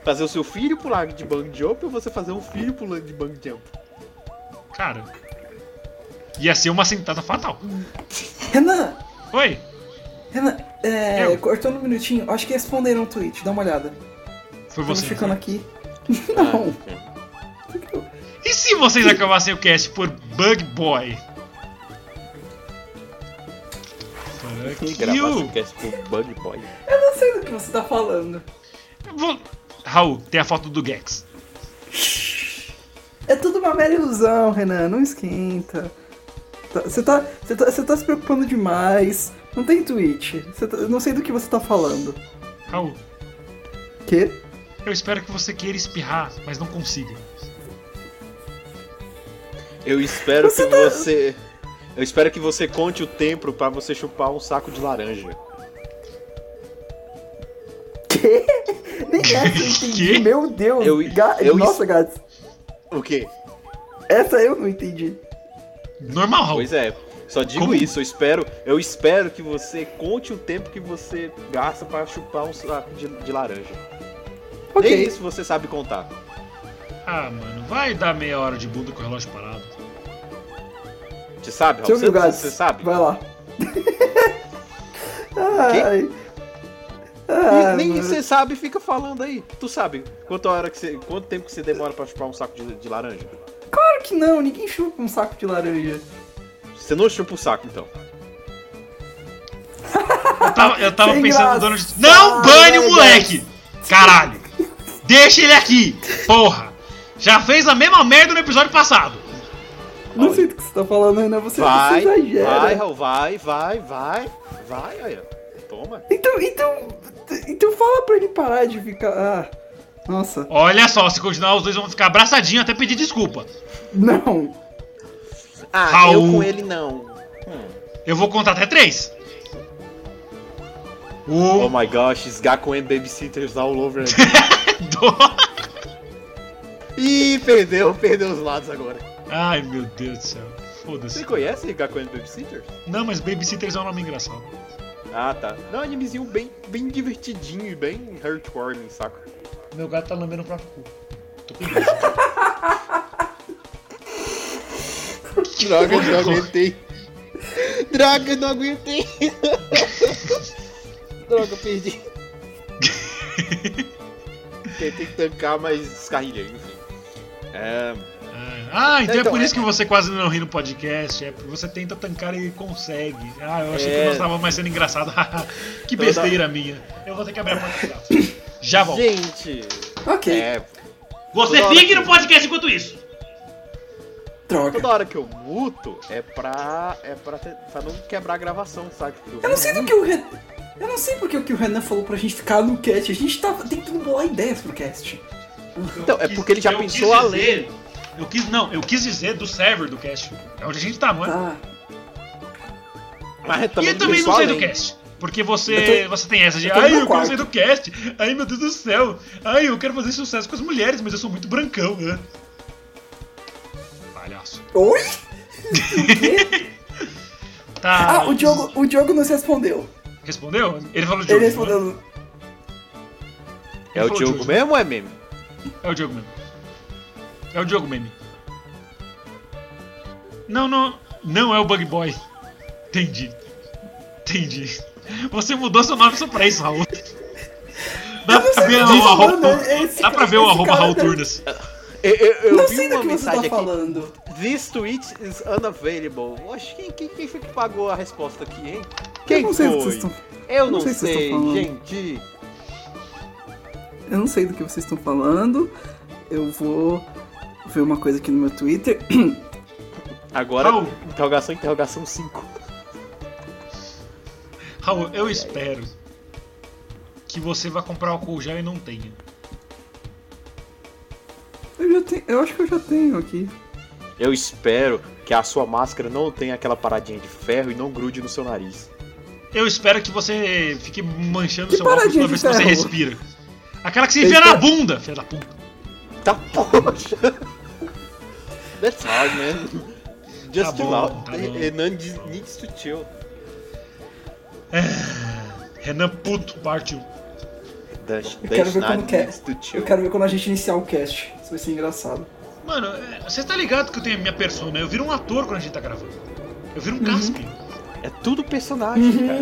B: fazer o seu filho pular de bang jump ou você fazer um filho pulando de bang jump?
A: Cara. Ia ser uma sentada fatal.
C: Renan,
A: Oi?
C: Renan, é,
A: Eu.
C: cortando um minutinho, acho que responderam o tweet, dá uma olhada.
A: Foi
C: Estamos
A: você.
C: ficando aqui. Não.
B: Ah,
A: E se vocês acabassem o cast por Bug Boy?
B: ok.
A: Fuck
B: Gravar
A: you.
B: podcast pro Bug Boy.
C: Eu não sei do que você tá falando.
A: Vou- Raul, tem a foto do Gex.
C: É tudo uma mera ilusão, Renan, não esquenta. Tá- Você tá, você tá, você tá se preocupando demais. Não tem tweet. Você tá- eu não sei do que você tá falando.
A: Raul,
C: Quê?
A: eu espero que você queira espirrar, mas não consiga.
B: Eu espero
C: Você tá-
B: que você. Eu espero que você conte o tempo pra você chupar um saco de laranja.
C: Quê? Nem essa eu entendi.
A: Quê?
C: Meu Deus.
B: Eu-
C: Ga-
B: eu-
C: Nossa, Gats.
B: O quê?
C: Essa eu não entendi.
A: Normal, Raul.
B: Pois é. Só digo
A: Como?
B: isso, eu espero, eu espero que você conte o tempo que você gasta pra chupar um saco de, de laranja.
C: Ok.
B: Nem isso você sabe contar.
A: Ah, mano, vai dar meia hora de bunda com o relógio parado.
B: Você sabe,
C: Deixa eu
B: Raul?
C: ver o
B: Você,
C: Gats.
B: você sabe?
C: Vai lá. Ai.
B: E
C: Ah,
B: nem
C: mano.
B: você sabe, fica falando aí. Tu sabe quanto, hora que você, quanto tempo que você demora pra chupar um saco de, de laranja?
C: Claro que não, ninguém chupa um saco de laranja.
B: Você não chupa o saco, então.
A: Eu tava, eu tava
C: Sem
A: pensando
C: graça. um
A: no Donald Trump. Não bane o
C: Ai,
A: moleque! Caralho! Deixa ele aqui! Porra! Já fez a mesma merda no episódio passado!
C: Não
B: Olha.
C: sei do que você tá falando, Renan. Você,
B: Vai,
C: você exagera.
B: vai, Raul, vai, vai, vai, vai, aí, ó. Toma.
C: Então, então. Então fala pra ele parar de ficar. Ah. Nossa.
A: Olha só, se continuar, os dois vão ficar abraçadinhos até pedir desculpa.
C: Não.
B: Ah,
A: Raul. eu com
B: ele não.
A: Eu vou contar até três.
B: Oh
A: Um,
B: my gosh, it's Gakuen Babysitters all over again.
A: dois.
B: Ih, perdeu, perdeu os lados agora.
A: Ai meu Deus do céu.
B: Você
A: Foda-se.
B: conhece Gakuen Babysitters?
A: Não, mas Babysitters é um nome engraçado.
B: Ah, tá. Não, animezinho bem, bem divertidinho e bem heartwarming, saca?
A: Meu gato tá lambendo o próprio cu. Tô com inveja.
B: Droga,
A: Porra,
B: não
A: pô.
B: aguentei. Droga, não aguentei. Droga, perdi. Tentei tancar, mas descarrilhei, enfim. É,
A: Ah, então, é
B: Então,
A: por isso
B: é-
A: que você quase não ri no podcast. É porque você tenta tancar e consegue. Ah, eu achei
B: É. Então
A: que nós tava mais sendo engraçado. que
B: Toda-
A: besteira minha. Eu vou ter que abrir a porta do gato. Já volto.
B: gente,
C: Ok.
B: é,
A: Você
B: Toda hora
A: fique
B: que-
A: no podcast enquanto isso.
C: Droga.
B: toda hora que eu muto é pra, é pra, te- pra não quebrar a gravação, saca? Porque
C: Eu não sei do
B: muto.
C: que o Ren... Eu não sei porque o que o Renan falou pra gente ficar no cast. A gente tá tentando bolar ideias pro cast.
B: Então, é
A: quis-
B: porque ele já
A: eu quis
B: pensou além.
A: dizer- Eu quis, não, eu quis dizer do server do cast. É onde a gente tá, não é?
C: Tá.
B: Mas
A: e eu também
B: Ah, pensou
A: não sei do
B: além.
C: é.
A: cast. Porque você,
C: Eu tô-
A: você tem essa de,
C: eu tô no
A: ai,
C: meu
A: eu quero
C: quarto."
A: sair do cast, ai, meu Deus do céu, ai, eu quero fazer sucesso com as mulheres, mas eu sou muito brancão, né? Palhaço.
C: Oi?
A: Tá.
C: Ah, o Diogo, o Diogo nos respondeu.
A: Respondeu? Ele falou Diogo.
C: Ele
A: né?
C: respondeu.
B: É o
A: falou
B: Diogo
A: Diogo.
B: mesmo ou é meme?
A: É o Diogo mesmo. É o Diogo meme. Não, não. Não é o Bug Boy. Entendi. Entendi. Você mudou seu nome só pra isso, Raul. Dá
C: Eu não
A: pra
C: sei
A: ver
C: do
A: o
C: que você tá
A: arroba.
C: falando, esse
A: Dá pra ver o
C: cara-
A: arroba
C: tá- esse
A: Raul
C: cara-
A: Turnas.
B: Eu, eu- eu
C: não
B: vi
C: sei
B: uma
C: do que você tá
B: mensagem aqui.
C: falando.
B: This tweet is unavailable. Oxe, quem, quem, quem foi que pagou a resposta aqui, hein?
C: eu
B: Quem
C: não
B: foi?
C: sei do que vocês estão.
B: Eu
C: não
B: não
C: sei
B: sei,
C: o que vocês estão falando.
B: gente.
C: Eu não sei do que vocês estão falando. Eu vou ver uma coisa aqui no meu Twitter.
B: Agora,
A: Raul.
B: interrogação, interrogação 5.
A: Raul, eu espero que você vá comprar álcool gel e não tenha.
C: Eu já tenho. Eu acho que eu já tenho aqui.
B: Eu espero que a sua máscara não tenha aquela paradinha de ferro e não grude no seu nariz.
A: Eu espero que você fique manchando
C: Que
A: seu óculos
C: paradinha
A: toda
C: de
A: vez que você
C: ferro?
A: respira. Aquela que você
C: Eu
A: enfia na
C: espero-
A: bunda, filha da puta.
B: Tá poxa! That's hard, man. Just
A: Tá
B: chill
A: bom,
B: out.
A: tá bom.
B: Renan diz- needs to chill.
A: Renan Puto, parte 1.
B: Dash,
C: Eu quero
B: Dash
C: ver como
B: Nine
C: que é.
B: needs to chill.
C: Eu quero ver quando a gente iniciar o cast. Isso vai ser engraçado.
A: Mano, é, você tá ligado que eu tenho a minha persona? Eu viro um ator quando a gente tá gravando. Eu
C: Uhum.
A: viro um Caspian.
B: É tudo personagem, cara.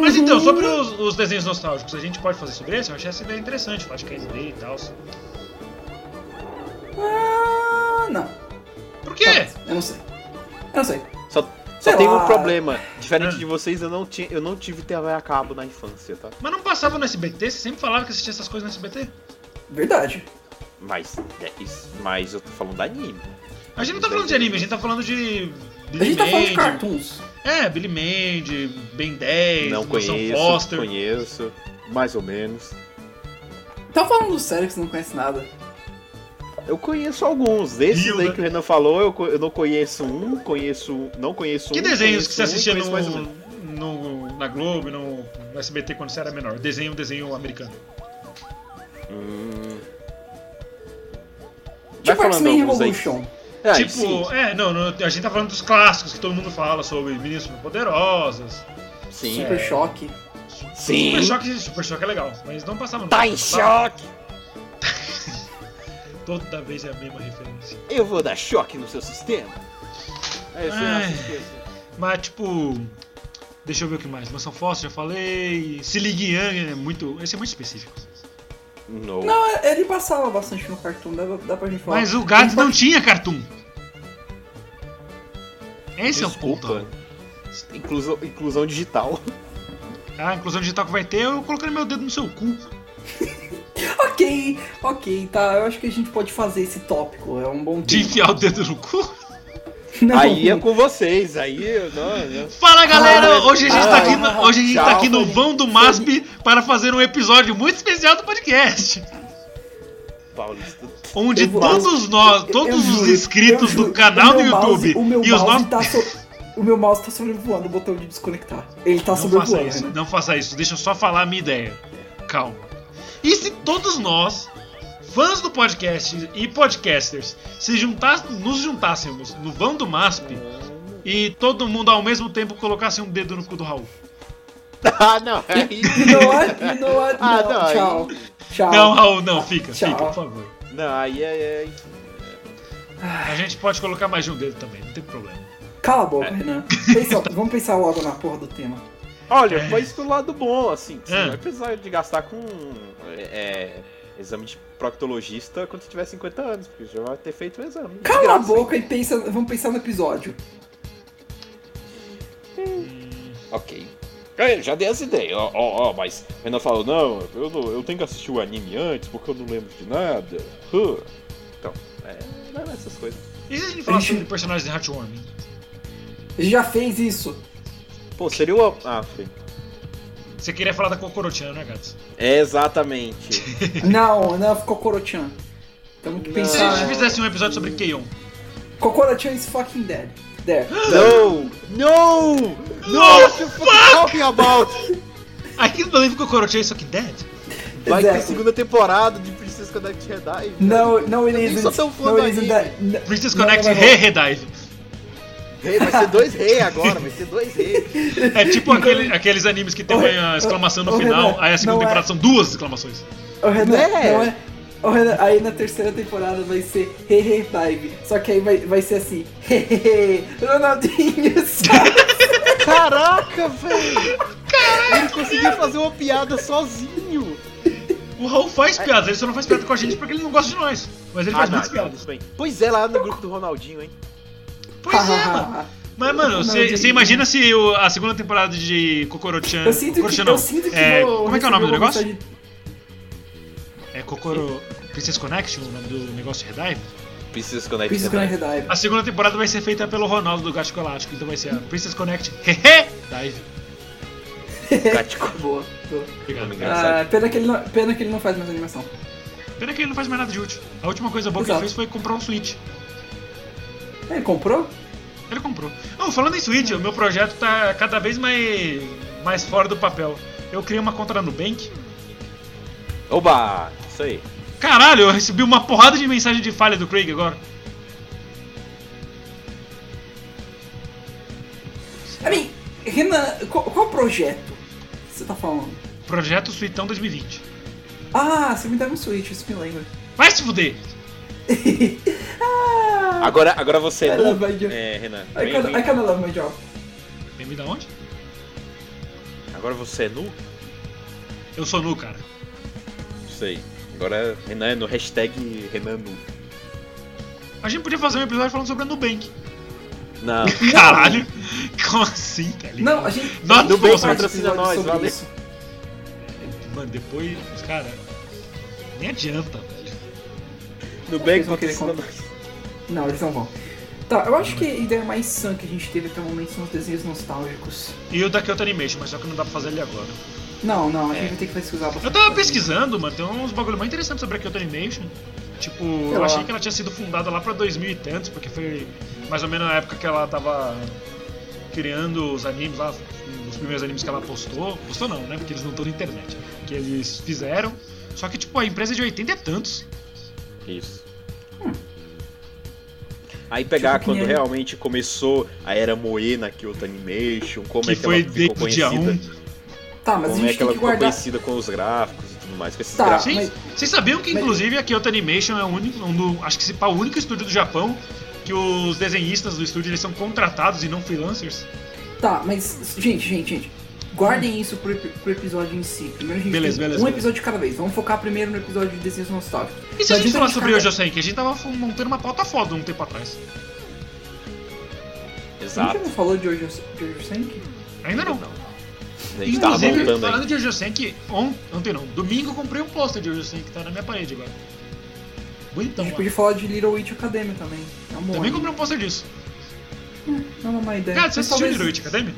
A: Mas então, sobre
C: Uhum.
A: os, os desenhos nostálgicos, a gente pode fazer sobre esse? Eu achei essa ideia interessante, falar de KSD e tal.
C: Ah, não. Tá,
A: Por quê?
C: Eu não sei. Eu não sei.
B: Só,
C: Sei
B: só tem
C: lá.
B: um problema. Diferente
A: Ah.
B: de vocês, eu não, tinha, eu não tive TV a cabo na infância, tá?
A: Mas não passava no SBT? Você sempre falava que assistia essas coisas no SBT?
C: Verdade.
B: Mas, é isso- mas eu tô falando da anime.
A: A gente não tá falando de anime, a gente tá falando de.
C: A gente tá falando
A: Mandy.
C: de cartoons.
A: É, Billy Mandy, Ben 10,
B: Não
A: São
B: conheço,
A: Foster.
B: conheço, mais ou menos.
C: Tá falando sério que você não conhece nada.
B: Eu conheço alguns. Desses
A: Viu, né?
B: aí que o Renan falou, eu, co- eu não conheço um, conheço. Não conheço
A: Que
B: um.
A: desenhos
B: conheço
A: que você
B: um,
A: assistia
B: conheço mais ou
A: no,
B: menos.
A: no- na Globo, no, no SBT quando você era menor? Desenho, desenho americano.
B: Hum. Vai
C: Tipo
B: falando
C: X-Men
B: alguns aí.
C: Revolution.
B: Ah,
A: tipo,
B: sim,
A: é, não, não, a gente tá falando dos clássicos que todo mundo fala sobre Meninas Superpoderosas.
B: sim.
C: Super Choque.
B: Sim.
A: Super Choque, Super Choque é legal, mas não passava no
B: Tá
A: Brasil,
B: em
A: passava-
B: choque!
A: Toda vez é a mesma referência.
B: Eu vou dar choque no seu sistema. É, você não
A: Ai.
B: assistiu, assim.
A: Mas, tipo, deixa eu ver o que mais. Mansão Foster, já falei. Se Ligue Yang é muito. Esse é muito específico.
B: No.
C: Não, É, ele passava bastante no cartoon, dá, dá pra gente falar.
A: Mas o Gads
C: Ele
B: um
A: não
C: passa-
A: tinha cartoon. Esse
B: um
A: é o
B: Desculpa.
A: ponto.
B: Inclusão, inclusão digital.
A: Ah, A tá inclusão digital que vai ter, eu colocando meu dedo no seu cu.
C: Ok, ok, tá. Eu acho que a gente pode fazer esse tópico. É um bom
A: De
C: tema.
A: enfiar o dedo no cu.
C: Não.
B: Aí é com vocês, aí eu não. eu-
A: Fala galera,
C: Ah,
A: hoje a gente tá aqui, no-
C: ah,
A: hoje a gente tá
B: tchau,
A: aqui no
C: Felipe.
A: vão do MASP para fazer um episódio muito especial do podcast.
B: Paulista.
A: Onde
C: Eu vou-
A: todos nós,
C: Eu-
A: todos
C: eu
A: os
C: juro, eu
A: inscritos
C: juro,
A: do canal
C: o
A: do
C: meu mouse-
A: YouTube
C: o meu
A: e os
C: mouse
A: nossos.
C: tá so- O meu mouse tá sobrevoando o botão de desconectar. Ele tá
A: Não faça
C: sobrevoando,
A: isso,
C: né?
A: não faça isso, deixa eu só falar a minha ideia. Calma. E se todos nós, fãs do podcast e podcasters, se juntas, nos juntássemos no vão do MASP e todo mundo ao mesmo tempo colocasse um dedo no cu do Raul?
B: ah, não. Aí...
C: Inoa, Inoa,
B: Ah,
C: não,
B: não, aí-
C: tchau. Tchau.
A: Não, Raul, não, fica,
C: Tchau.
A: fica, por favor.
B: Não, aí é. é-
A: A gente pode colocar mais de um dedo também, não tem problema.
C: Cala a boca, Renan. Pensa- vamos pensar logo na porra do tema.
B: Olha, foi isso do lado bom, assim. Você
A: Hum.
B: vai precisar de gastar com é, é, exame de proctologista quando você tiver 50 anos, porque já vai ter feito o exame. De
C: Cala a
B: graça,
C: boca e pensa, vamos pensar no episódio.
B: hein? Ok. É, já dei as ideias, ó, ó, ó, mas Renan falou, não eu, não, eu tenho que assistir o anime antes, porque eu não lembro de nada. Huh. Então, é, não é essas coisas.
A: E se a gente falar
C: Ixi.
A: sobre personagens de Heartwarming?
C: A gente já fez isso.
B: Pô, seria o... Ah, foi.
A: Você queria falar da Kokorotiana, né, Gatos?
B: É, exatamente.
C: Não, não, ficou Corochan. Temos que
B: Não.
A: E se
C: pensar.
A: a gente
C: né?
A: fizesse um episódio sobre Keion?
C: Kokorochan is fucking dead. There.
B: no! No! No! What you fucking talking tipo, about?
A: I can't believe Kokorotiana is fucking dead.
B: Vai ter
C: Exato.
B: segunda temporada de Princess Connect Jedi.
C: No, no, it
B: Eu nem
C: isn't.
B: sou tão fã
C: no,
B: do
C: it isn't
B: anime.
C: that. No,
A: Princess
C: não,
A: Connect
C: não, não.
A: re-redive.
B: Rei, vai ser dois rei agora, vai ser dois rei.
A: É tipo aquele- aqueles animes que tem
C: Ô,
A: uma exclamação
C: ô,
A: no
C: ô,
A: final,
C: Renan,
A: aí a segunda
C: não é-
A: temporada são duas exclamações.
C: Ô, Renan,
B: Né?
C: não é- ô, Renan, aí na terceira temporada vai ser Hehe Vibe. Só que aí vai, vai ser assim, Hehe, Ronaldinho. sabe?
B: Caraca, velho! Ele conseguiu fazer uma piada sozinho.
A: O Raul faz piadas, ele só não faz piada com a gente porque ele não gosta de nós. Mas ele
B: Ah,
A: faz muitas piadas.
B: Pois é, lá no grupo do Ronaldinho, hein?
A: Pois é, mano. Mas, mano,
C: Ah, Não,
A: você
C: de-
A: você imagina se o- a segunda temporada de Kokorochan.
C: Eu sinto que,
A: Kokoro-chan
C: eu
A: não,
C: sinto que
A: é,
C: vou
A: Como é que é o nome do
C: receber
A: negócio?
C: uma mensagem-
A: É Kokoro. Princess Connection, o nome do negócio de Redive.
B: Princess Connect
C: Princess Grand Dive.
A: A segunda temporada vai ser feita pelo Ronaldo do Gato Galáctico, então vai ser a Princess Connect. Hehe! Dive.
C: Boa, boa.
A: Obrigado.
B: Obrigado.
C: Ah, pena, que ele não, pena que ele não faz mais animação.
A: Pena que ele não faz mais nada de útil. A última coisa boa que ele fez
C: Exato.
A: foi comprar um Switch.
C: Ele comprou?
A: Ele comprou. Não, falando em Switch, o meu projeto tá cada vez mais, mais fora do papel. Eu criei uma conta na Nubank.
B: Oba! Isso aí.
A: Caralho, eu recebi uma porrada de mensagem de falha do Craig agora.
C: I mean, Renan, qual, qual projeto que você tá falando?
A: Projeto Suitão 2020.
C: Ah, você me dava um Switch, isso me lembra.
A: Vai se fuder!
C: ah,
B: Agora, agora você
C: I
B: é
C: love
B: novo.
C: my job.
B: É, Renan.
C: I
B: vem,
C: kinda- I
B: vem.
C: kinda love my job.
A: Bem-vindo aonde?
B: Agora você é nu?
A: Eu sou nu, cara.
B: Isso aí. Agora Renan é no hashtag Renan nu.
A: A gente podia fazer um episódio falando sobre a Nubank.
B: Não.
A: Caralho! Como assim, tá ligado?
C: Não, a gente.
A: Não,
C: a gente
A: tudo bem,
C: faz
B: patrocina
C: episódio
B: nós,
C: sobre
B: valeu.
C: isso.
A: Mano, depois, cara, nem adianta, velho.
B: Nubank
C: Eles vão querer
B: patrocina
C: comprar.
B: nós.
C: Não, eles não vão. Tá, eu acho que a ideia mais sã que a gente teve até o momento são os desenhos nostálgicos.
A: E o da Kyoto Animation, mas só que não dá pra fazer ele agora.
C: Não, não, a
B: É.
C: gente vai ter que fazer usar bastante.
A: Eu tava pesquisando, mano, tem uns bagulho mais interessantes sobre a Kyoto Animation. Tipo,
C: Sei
A: eu
C: lá.
A: achei que ela tinha sido fundada lá pra 2000 e tantos, porque foi mais ou menos na época que ela tava criando os animes lá, os primeiros animes que ela postou. Postou não, né? Porque eles não estão na internet. Que eles fizeram. Só que, tipo, a empresa é de 80 e tantos.
B: Isso. Aí pegar
C: Tipo que
B: quando
C: nem-
B: realmente começou a era Moe na Kyoto Animation, como
A: Que
B: é que
A: foi
B: ela ficou
A: desde o dia
B: conhecida,
A: 1.
C: Tá, mas a
B: como é
C: gente
B: que ela
C: tem que
B: ficou
C: guardar.
B: conhecida com os gráficos e tudo mais, com esses
C: Tá,
B: gráficos.
A: Sim,
C: mas-
A: vocês sabiam que
C: mas-
A: inclusive a Kyoto Animation é o único, um do, acho que se pá, o único estúdio do Japão que os desenhistas do estúdio eles são contratados e não freelancers?
C: Tá, mas. Gente, gente, gente. Guardem isso pro, ep- pro episódio em si. Primeiro a gente
A: Beleza,
C: tem
A: beleza,
C: um
A: beleza.
C: episódio de cada vez. Vamos focar primeiro no episódio de desenhos nostálgicos.
A: E se a
C: Não
A: gente
C: adianta
A: falar
C: gente
A: sobre
C: ficar-
A: hoje, eu sei que a gente tava fu- montando uma pauta foda um tempo atrás.
C: A
B: Exato.
C: gente já não falou de hoje, de hoje Senki?
A: Ainda não.
B: A gente tava
A: Inclusive,
B: Tá montando
A: falando
B: aí.
A: de Jojo Senki, on- ontem não, domingo eu comprei um pôster de Jojo Senki, tá na minha parede agora.
C: a
A: Bonitão,
C: gente
A: mano.
C: podia falar de Little Witch Academia também. É um bom
A: Também
C: anime.
A: comprei um pôster disso.
C: Não é uma má ideia.
A: Cara, você
C: Mas
A: assistiu
C: talvez-
A: Little Witch Academy?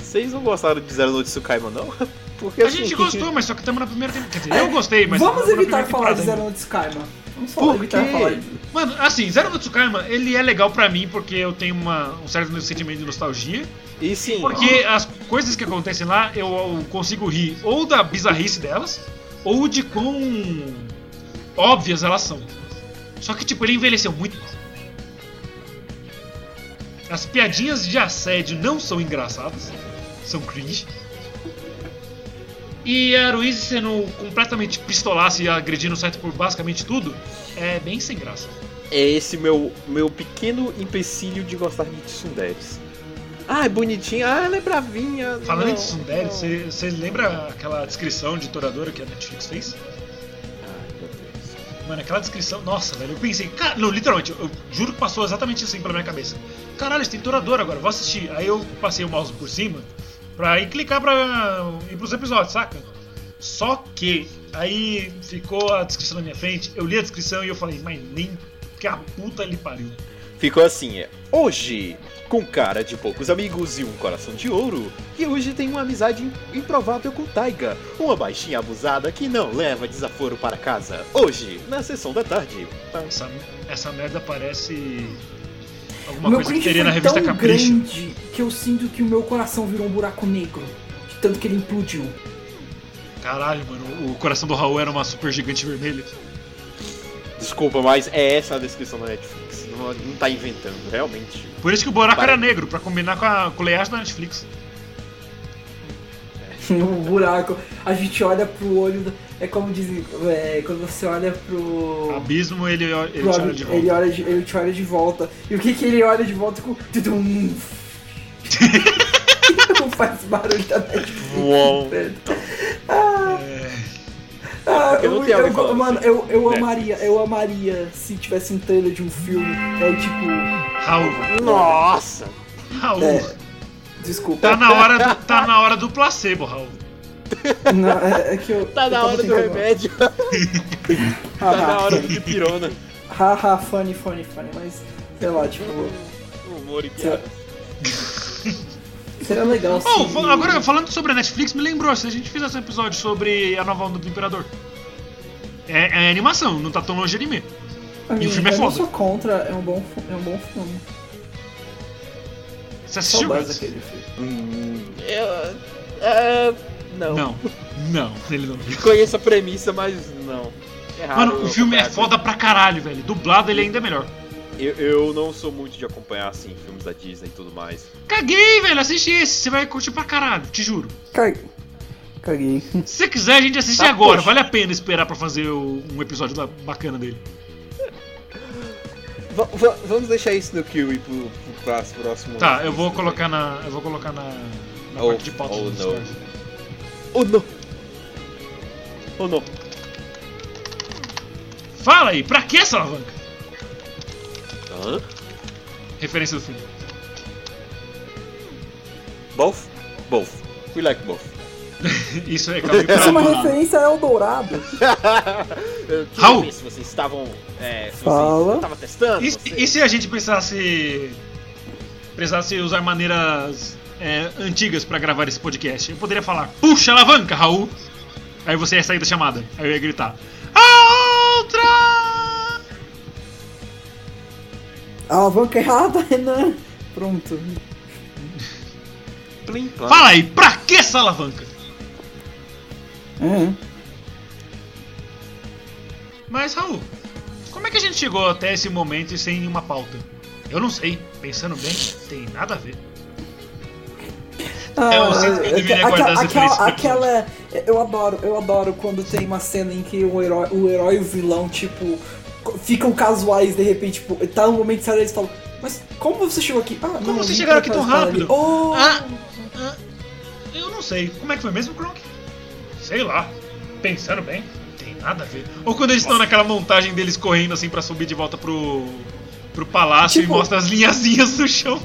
B: Vocês não gostaram de Zero Noite Tsukaima, não? Porque
A: A
B: assim,
A: gente gostou, mas só que estamos na primeira temporada. Quer dizer, eu gostei, mas.
C: Vamos
A: tamo na
C: evitar
A: primeira
C: falar de
A: temporada
C: Zero Note Sky, mano. Vamos só
B: Por
C: evitar
B: quê?
C: falar de...
A: Mano, assim, Zero no Tsukaima, ele é legal pra mim porque eu tenho uma- um certo sentimento de nostalgia.
B: E sim,
A: Porque as coisas que acontecem lá, eu, eu consigo rir ou da bizarrice delas, ou de quão óbvias elas são. Só que, tipo, ele envelheceu muito mal. As piadinhas de assédio não são engraçadas, são cringe. E a Ruiz sendo completamente pistolaça e agredindo o Saito por basicamente tudo, é bem sem graça.
B: É esse meu, meu pequeno empecilho de gostar de tsunderes. Ah, é bonitinha. Ah, ela é bravinha.
A: Falando
B: Não,
A: em Tsundere,
B: não.
A: você lembra aquela descrição de Toradora que a Netflix fez?
B: Ai, meu Deus.
A: Mano, aquela descrição, nossa, velho, eu pensei, cara, não, literalmente, eu, eu juro que passou exatamente assim pela minha cabeça. Caralho, tem Toradora agora, vou assistir. Aí eu passei o mouse por cima pra ir clicar pra ir pros episódios, saca? Só que aí ficou a descrição na minha frente, eu li a descrição e eu falei, mas nem que a puta lhe pariu.
B: Ficou assim, é. Hoje, com cara de poucos amigos e um coração de ouro, e hoje tem uma amizade improvável com Taiga, uma baixinha abusada que não leva desaforo para casa. Hoje, na sessão da tarde.
A: Essa, essa merda parece alguma
C: meu
A: coisa que
C: cringe
A: teria
C: foi
A: na revista
C: tão
A: Capricho.
C: grande que eu sinto que o meu coração virou um buraco negro. De tanto que ele implodiu.
A: Caralho, mano, o coração do Raul era uma super gigante vermelha.
B: Desculpa, mas é essa a descrição da Netflix. Não, não tá inventando, realmente.
A: Por isso que o buraco
B: Pare-
A: era negro, pra combinar com, a, com o layout da Netflix.
C: um buraco. A gente olha pro olho. do- É como dizem. é, quando você olha pro.
A: Abismo, ele, ele
C: pro
A: te olha
C: olho-
A: de
C: Oh. Ele,
A: volta.
C: olha de- ele te olha de volta. E o que que ele olha de volta com. Tudum. Não faz barulho da Netflix.
B: Uou.
C: velho. Ah,
B: porque não
C: eu,
B: tem alguém
C: eu-
B: falando
C: mano,
B: assim.
C: eu, eu
B: Netflix.
C: amaria, eu amaria se tivesse um trailer de um filme, é tipo,
A: Raul,
B: Nossa!
A: Raul,
C: É. desculpa.
A: tá, na hora do, tá na hora do placebo, Raul.
C: Não, é, é que eu.
B: Tá
C: eu
B: na
C: tava
B: hora do
C: tentando- Ah,
B: remédio, tá na
C: Haha,
B: hora do pirona.
C: haha, funny, funny, funny, mas sei lá, tipo,
B: Humor e piada.
C: seria legal se.
A: Oh, fa- agora, falando sobre a Netflix, me lembrou, se a gente fizesse um episódio sobre a nova onda do Imperador. É, é animação, não tá tão longe de anime.
C: Amigo,
A: e o filme é
C: eu não
A: foda.
C: sou contra, é um bom, fi- é um bom filme.
A: Você assistiu,
C: Saudades
A: Gats?
C: daquele filme.
B: Hum, eu- é, não.
A: Não, não, ele não viu.
B: Conheço a premissa, mas não. É raro
A: Mano,
B: eu
A: o filme é
B: acompanhar
A: foda pra caralho, velho. Dublado ele ainda é melhor.
B: coisa. Eu, eu não sou muito de acompanhar, assim, filmes da Disney e tudo mais.
A: Caguei, velho, assiste esse, você vai curtir pra caralho, te juro.
C: Caguei. Caguei.
A: Se você quiser, a gente assiste
B: Tá,
A: agora.
B: poxa.
A: Vale a pena esperar pra fazer o- um episódio da- bacana dele.
B: Va- va- vamos deixar isso no Kiwi pro, pro class- próximo.
A: Tá, eu vou colocar na. Eu vou colocar na. Na
B: Oh,
A: parte de pauta
B: oh,
A: do
B: no.
A: Discord.
B: Oh, não! Oh, não!
A: Fala aí, pra que essa alavanca?
B: Hã?
A: Referência do filme.
B: Both? Both. We like both.
A: Isso é calma
C: Essa é uma
A: pra
C: referência a Eldorado.
B: Eu queria
A: Raul.
B: ver se vocês estavam. É, se
C: Fala.
B: vocês estavam testando.
A: e,
B: vocês-
A: e se a gente precisasse. Precisasse usar maneiras é, antigas pra gravar esse podcast? Eu poderia falar, puxa a alavanca, Raul! Aí você ia sair da chamada. Aí eu ia gritar. A
B: Ah.
A: outra!
C: Alavanca errada, Renan. Pronto.
B: Plim, plam.
A: Fala aí, pra que essa alavanca?
C: Uhum.
A: Mas, Raul, como é que a gente chegou até esse momento e sem uma pauta? Eu não sei. Pensando bem, tem nada a ver.
C: Ah,
A: É, eu sinto que eu deveria
C: aque-
A: guardar as referências
C: aquela,
A: pra
C: aquela, eu adoro, eu adoro quando tem uma cena em que o herói, o herói e o vilão, tipo, co- ficam casuais de repente, tipo, tá num momento sério e eles falam, mas como você chegou aqui? Ah,
A: Como
C: não,
A: vocês
C: eu
A: chegaram
C: vim
A: aqui tão
C: pra falar ali."
A: rápido?
C: Oh,
A: Ah, ah, eu não sei. Como é que foi mesmo, Kronk? Sei lá. Pensando bem, tem nada a ver. Ou quando eles estão naquela montagem deles correndo assim pra subir de volta pro pro palácio
C: Tipo-
A: e mostra as linhazinhas do chão.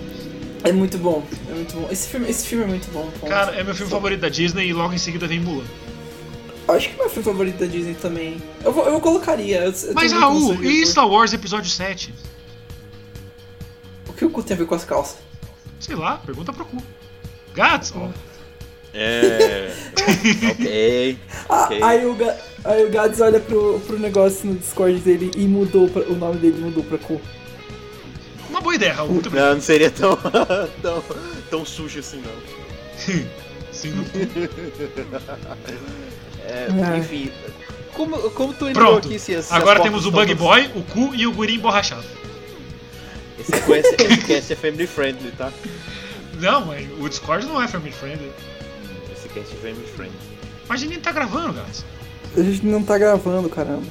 C: É muito bom, é muito bom. Esse filme, esse filme é muito bom. ponto.
A: Cara, é meu filme favorito da Disney e logo em seguida vem Mulan.
C: Acho que é meu filme favorito da Disney também. Eu, vou, eu colocaria. eu- um eu
A: Mas
C: tô muito
A: Raul,
C: ansioso
A: e
C: por-
A: Star Wars Episódio 7?
C: O que o cu tem a ver com as calças?
A: Sei lá, pergunta pro cu. Gats, ó.
B: É. ok.
C: Ah,
B: Ok.
C: aí, o Ga- aí o Gads olha pro, pro negócio no Discord dele e mudou, pra- o nome dele mudou pra cu.
A: Uma boa ideia, Raul. Muito obrigado.
B: Não, não seria tão, tão, tão sujo assim, não.
A: Sim, no
B: É,
C: É.
B: Enfim, como, como tu entrou
A: Pronto.
B: aqui se as, se as
A: Agora
B: portas
A: temos o
B: estão
A: Bug
B: todas-
A: Boy, o cu e o guri emborrachado.
B: Esse conhece, esse cast é family friendly, tá?
A: Não, mas o Discord não é family friendly.
B: Esse cast é family friendly.
A: Mas a gente nem tá gravando, guys. Tá
D: A gente não tá gravando, caramba.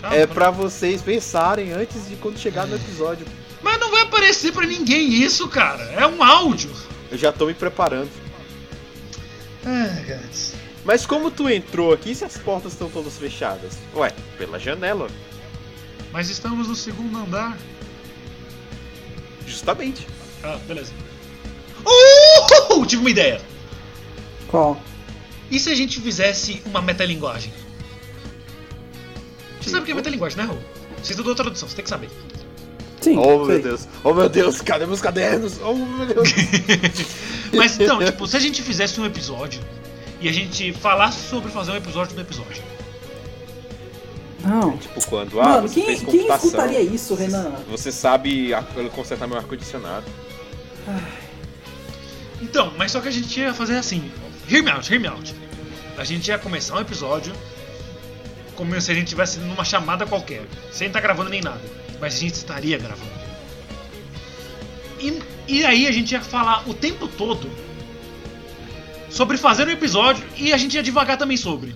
A: Calma,
B: É
A: calma.
B: pra vocês pensarem antes de quando chegar
A: É.
B: no episódio.
A: Mas não vai aparecer pra ninguém isso, cara. É um áudio.
B: Eu já tô me preparando.
A: Ai, guys.
B: Mas como tu entrou aqui se as portas estão todas fechadas? Ué, pela janela.
A: Mas estamos no segundo andar.
B: Justamente.
A: Ah, beleza. Uh! Tive uma ideia.
D: Qual?
A: E se a gente fizesse uma metalinguagem? Você sabe o que é metalinguagem, né, Raul? Você estudou tradução, você tem que saber.
D: Sim.
B: Oh
D: sei.
B: meu Deus, oh meu Deus, cadê meus cadernos? Oh meu Deus.
A: Mas então, tipo, se a gente fizesse um episódio e a gente falasse sobre fazer um episódio do episódio.
D: Não.
B: tipo, quando ah,
C: Mano,
B: você
C: quem,
B: fez
C: quem
B: computação.
C: escutaria isso, Renan?
B: Você sabe a- consertar meu ar-condicionado.
A: Então, mas só que a gente ia fazer assim. Hear me out, hear me out. A gente ia começar um episódio como se a gente estivesse numa chamada qualquer. Sem estar gravando nem nada. Mas a gente estaria gravando. E, e aí a gente ia falar o tempo todo sobre fazer um episódio e a gente ia devagar também sobre.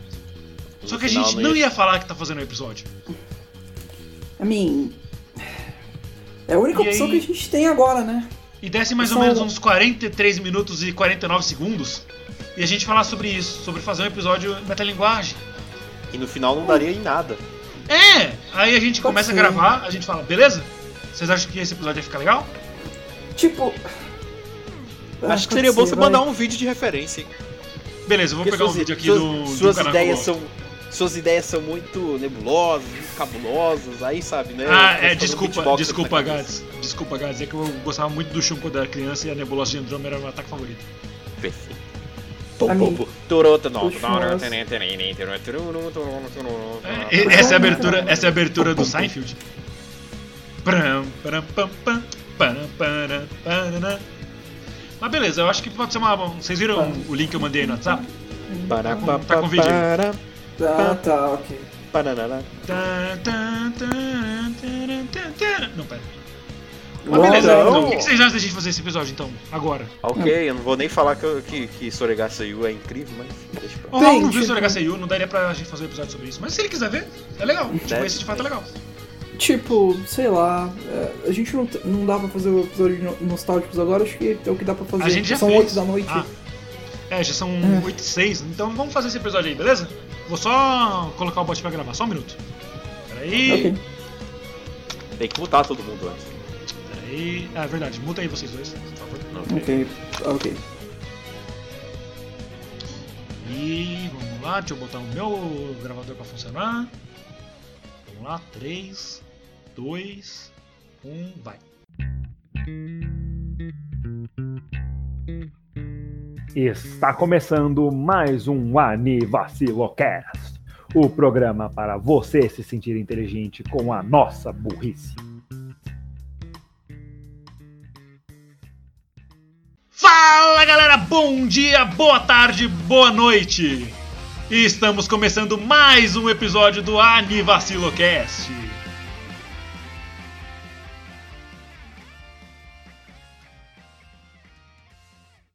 A: Só que a gente não ia falar que tá fazendo um episódio.
D: I mean. É a única
A: E
D: opção
A: aí?
D: que a gente tem agora, né?
A: E desse mais ou
D: Só-
A: menos
B: um.
A: uns 43 minutos e 49 segundos. E a gente falar sobre isso, sobre fazer um episódio metalinguagem.
B: E no final não daria em nada.
A: É! Aí a gente
D: Pode
A: começa a
D: ser.
A: gravar, a gente fala, beleza? Vocês acham que esse episódio ia ficar legal?
D: Tipo. Ah,
B: Acho que seria bom
D: pode
B: você
D: ser,
B: mandar
D: vai.
B: um vídeo de referência. hein?
A: Beleza, eu vou
B: Porque
A: pegar um
B: suas-
A: vídeo aqui
B: suas,
A: do, do
B: suas
A: canal.
B: ideias
A: do
B: são suas ideias são muito nebulosas, muito cabulosas, aí sabe, né?
A: Ah,
B: Faz
A: é,
B: todo um
A: desculpa,
B: beatbox
A: desculpa,
B: na cabeça.
A: Gads. Desculpa, Gads, é que eu gostava muito do Shun quando era criança e a Nebulosa de Andrômeda era meu ataque favorito.
B: Perfeito.
D: A mim.
A: É, e- essa é a
D: bom,
A: abertura,
D: cara.
A: essa é a abertura do Seinfeld. Pram, pram, pam, pam, param, param, paraná. Mas beleza, eu acho que pode ser uma. Vocês viram o link que eu mandei aí no WhatsApp? Tá com vídeo
D: Ah, tá, ok.
A: Tá, tá, tá, tá, tá, tá. Não, pera. Mas
D: Uau.
A: beleza,
B: Então-
A: então, o que que vocês acham da gente fazer esse episódio então? Agora.
B: Ok, eu não vou nem falar que, eu- que, que Soregaçayu é incrível, mas deixa pra lá.
A: O Raul não
D: Tem,
A: viu
D: tipo-
A: sobre HCU, não daria pra gente fazer um episódio sobre isso. Mas se ele quiser ver, é legal. Tipo,
B: Deve.
A: esse de fato é legal.
D: Tipo, sei lá. é, A gente não, t- não dá pra fazer o episódio de no- nostálgicos agora, acho que é o que dá pra fazer.
A: A gente já
D: São
A: fez.
D: 8 da noite.
A: Ah. É, já são
D: É.
A: 8 e 6, então vamos fazer esse episódio aí, beleza? Vou só colocar o bot pra gravar, só um minuto. Peraí,
D: Ok.
B: Tem que mutar todo mundo antes.
A: peraí. Ah, é verdade, muta aí vocês dois, por favor.
D: Ok. Ok.
A: E vamos lá, deixa eu botar o meu gravador pra funcionar. Vamos lá, 3, 2, 1, vai.
E: Está começando mais um Anivacilocast, o programa para você se sentir inteligente com a nossa burrice.
A: Fala galera, bom dia, boa tarde, boa noite! Estamos começando mais um episódio do Anivacilocast.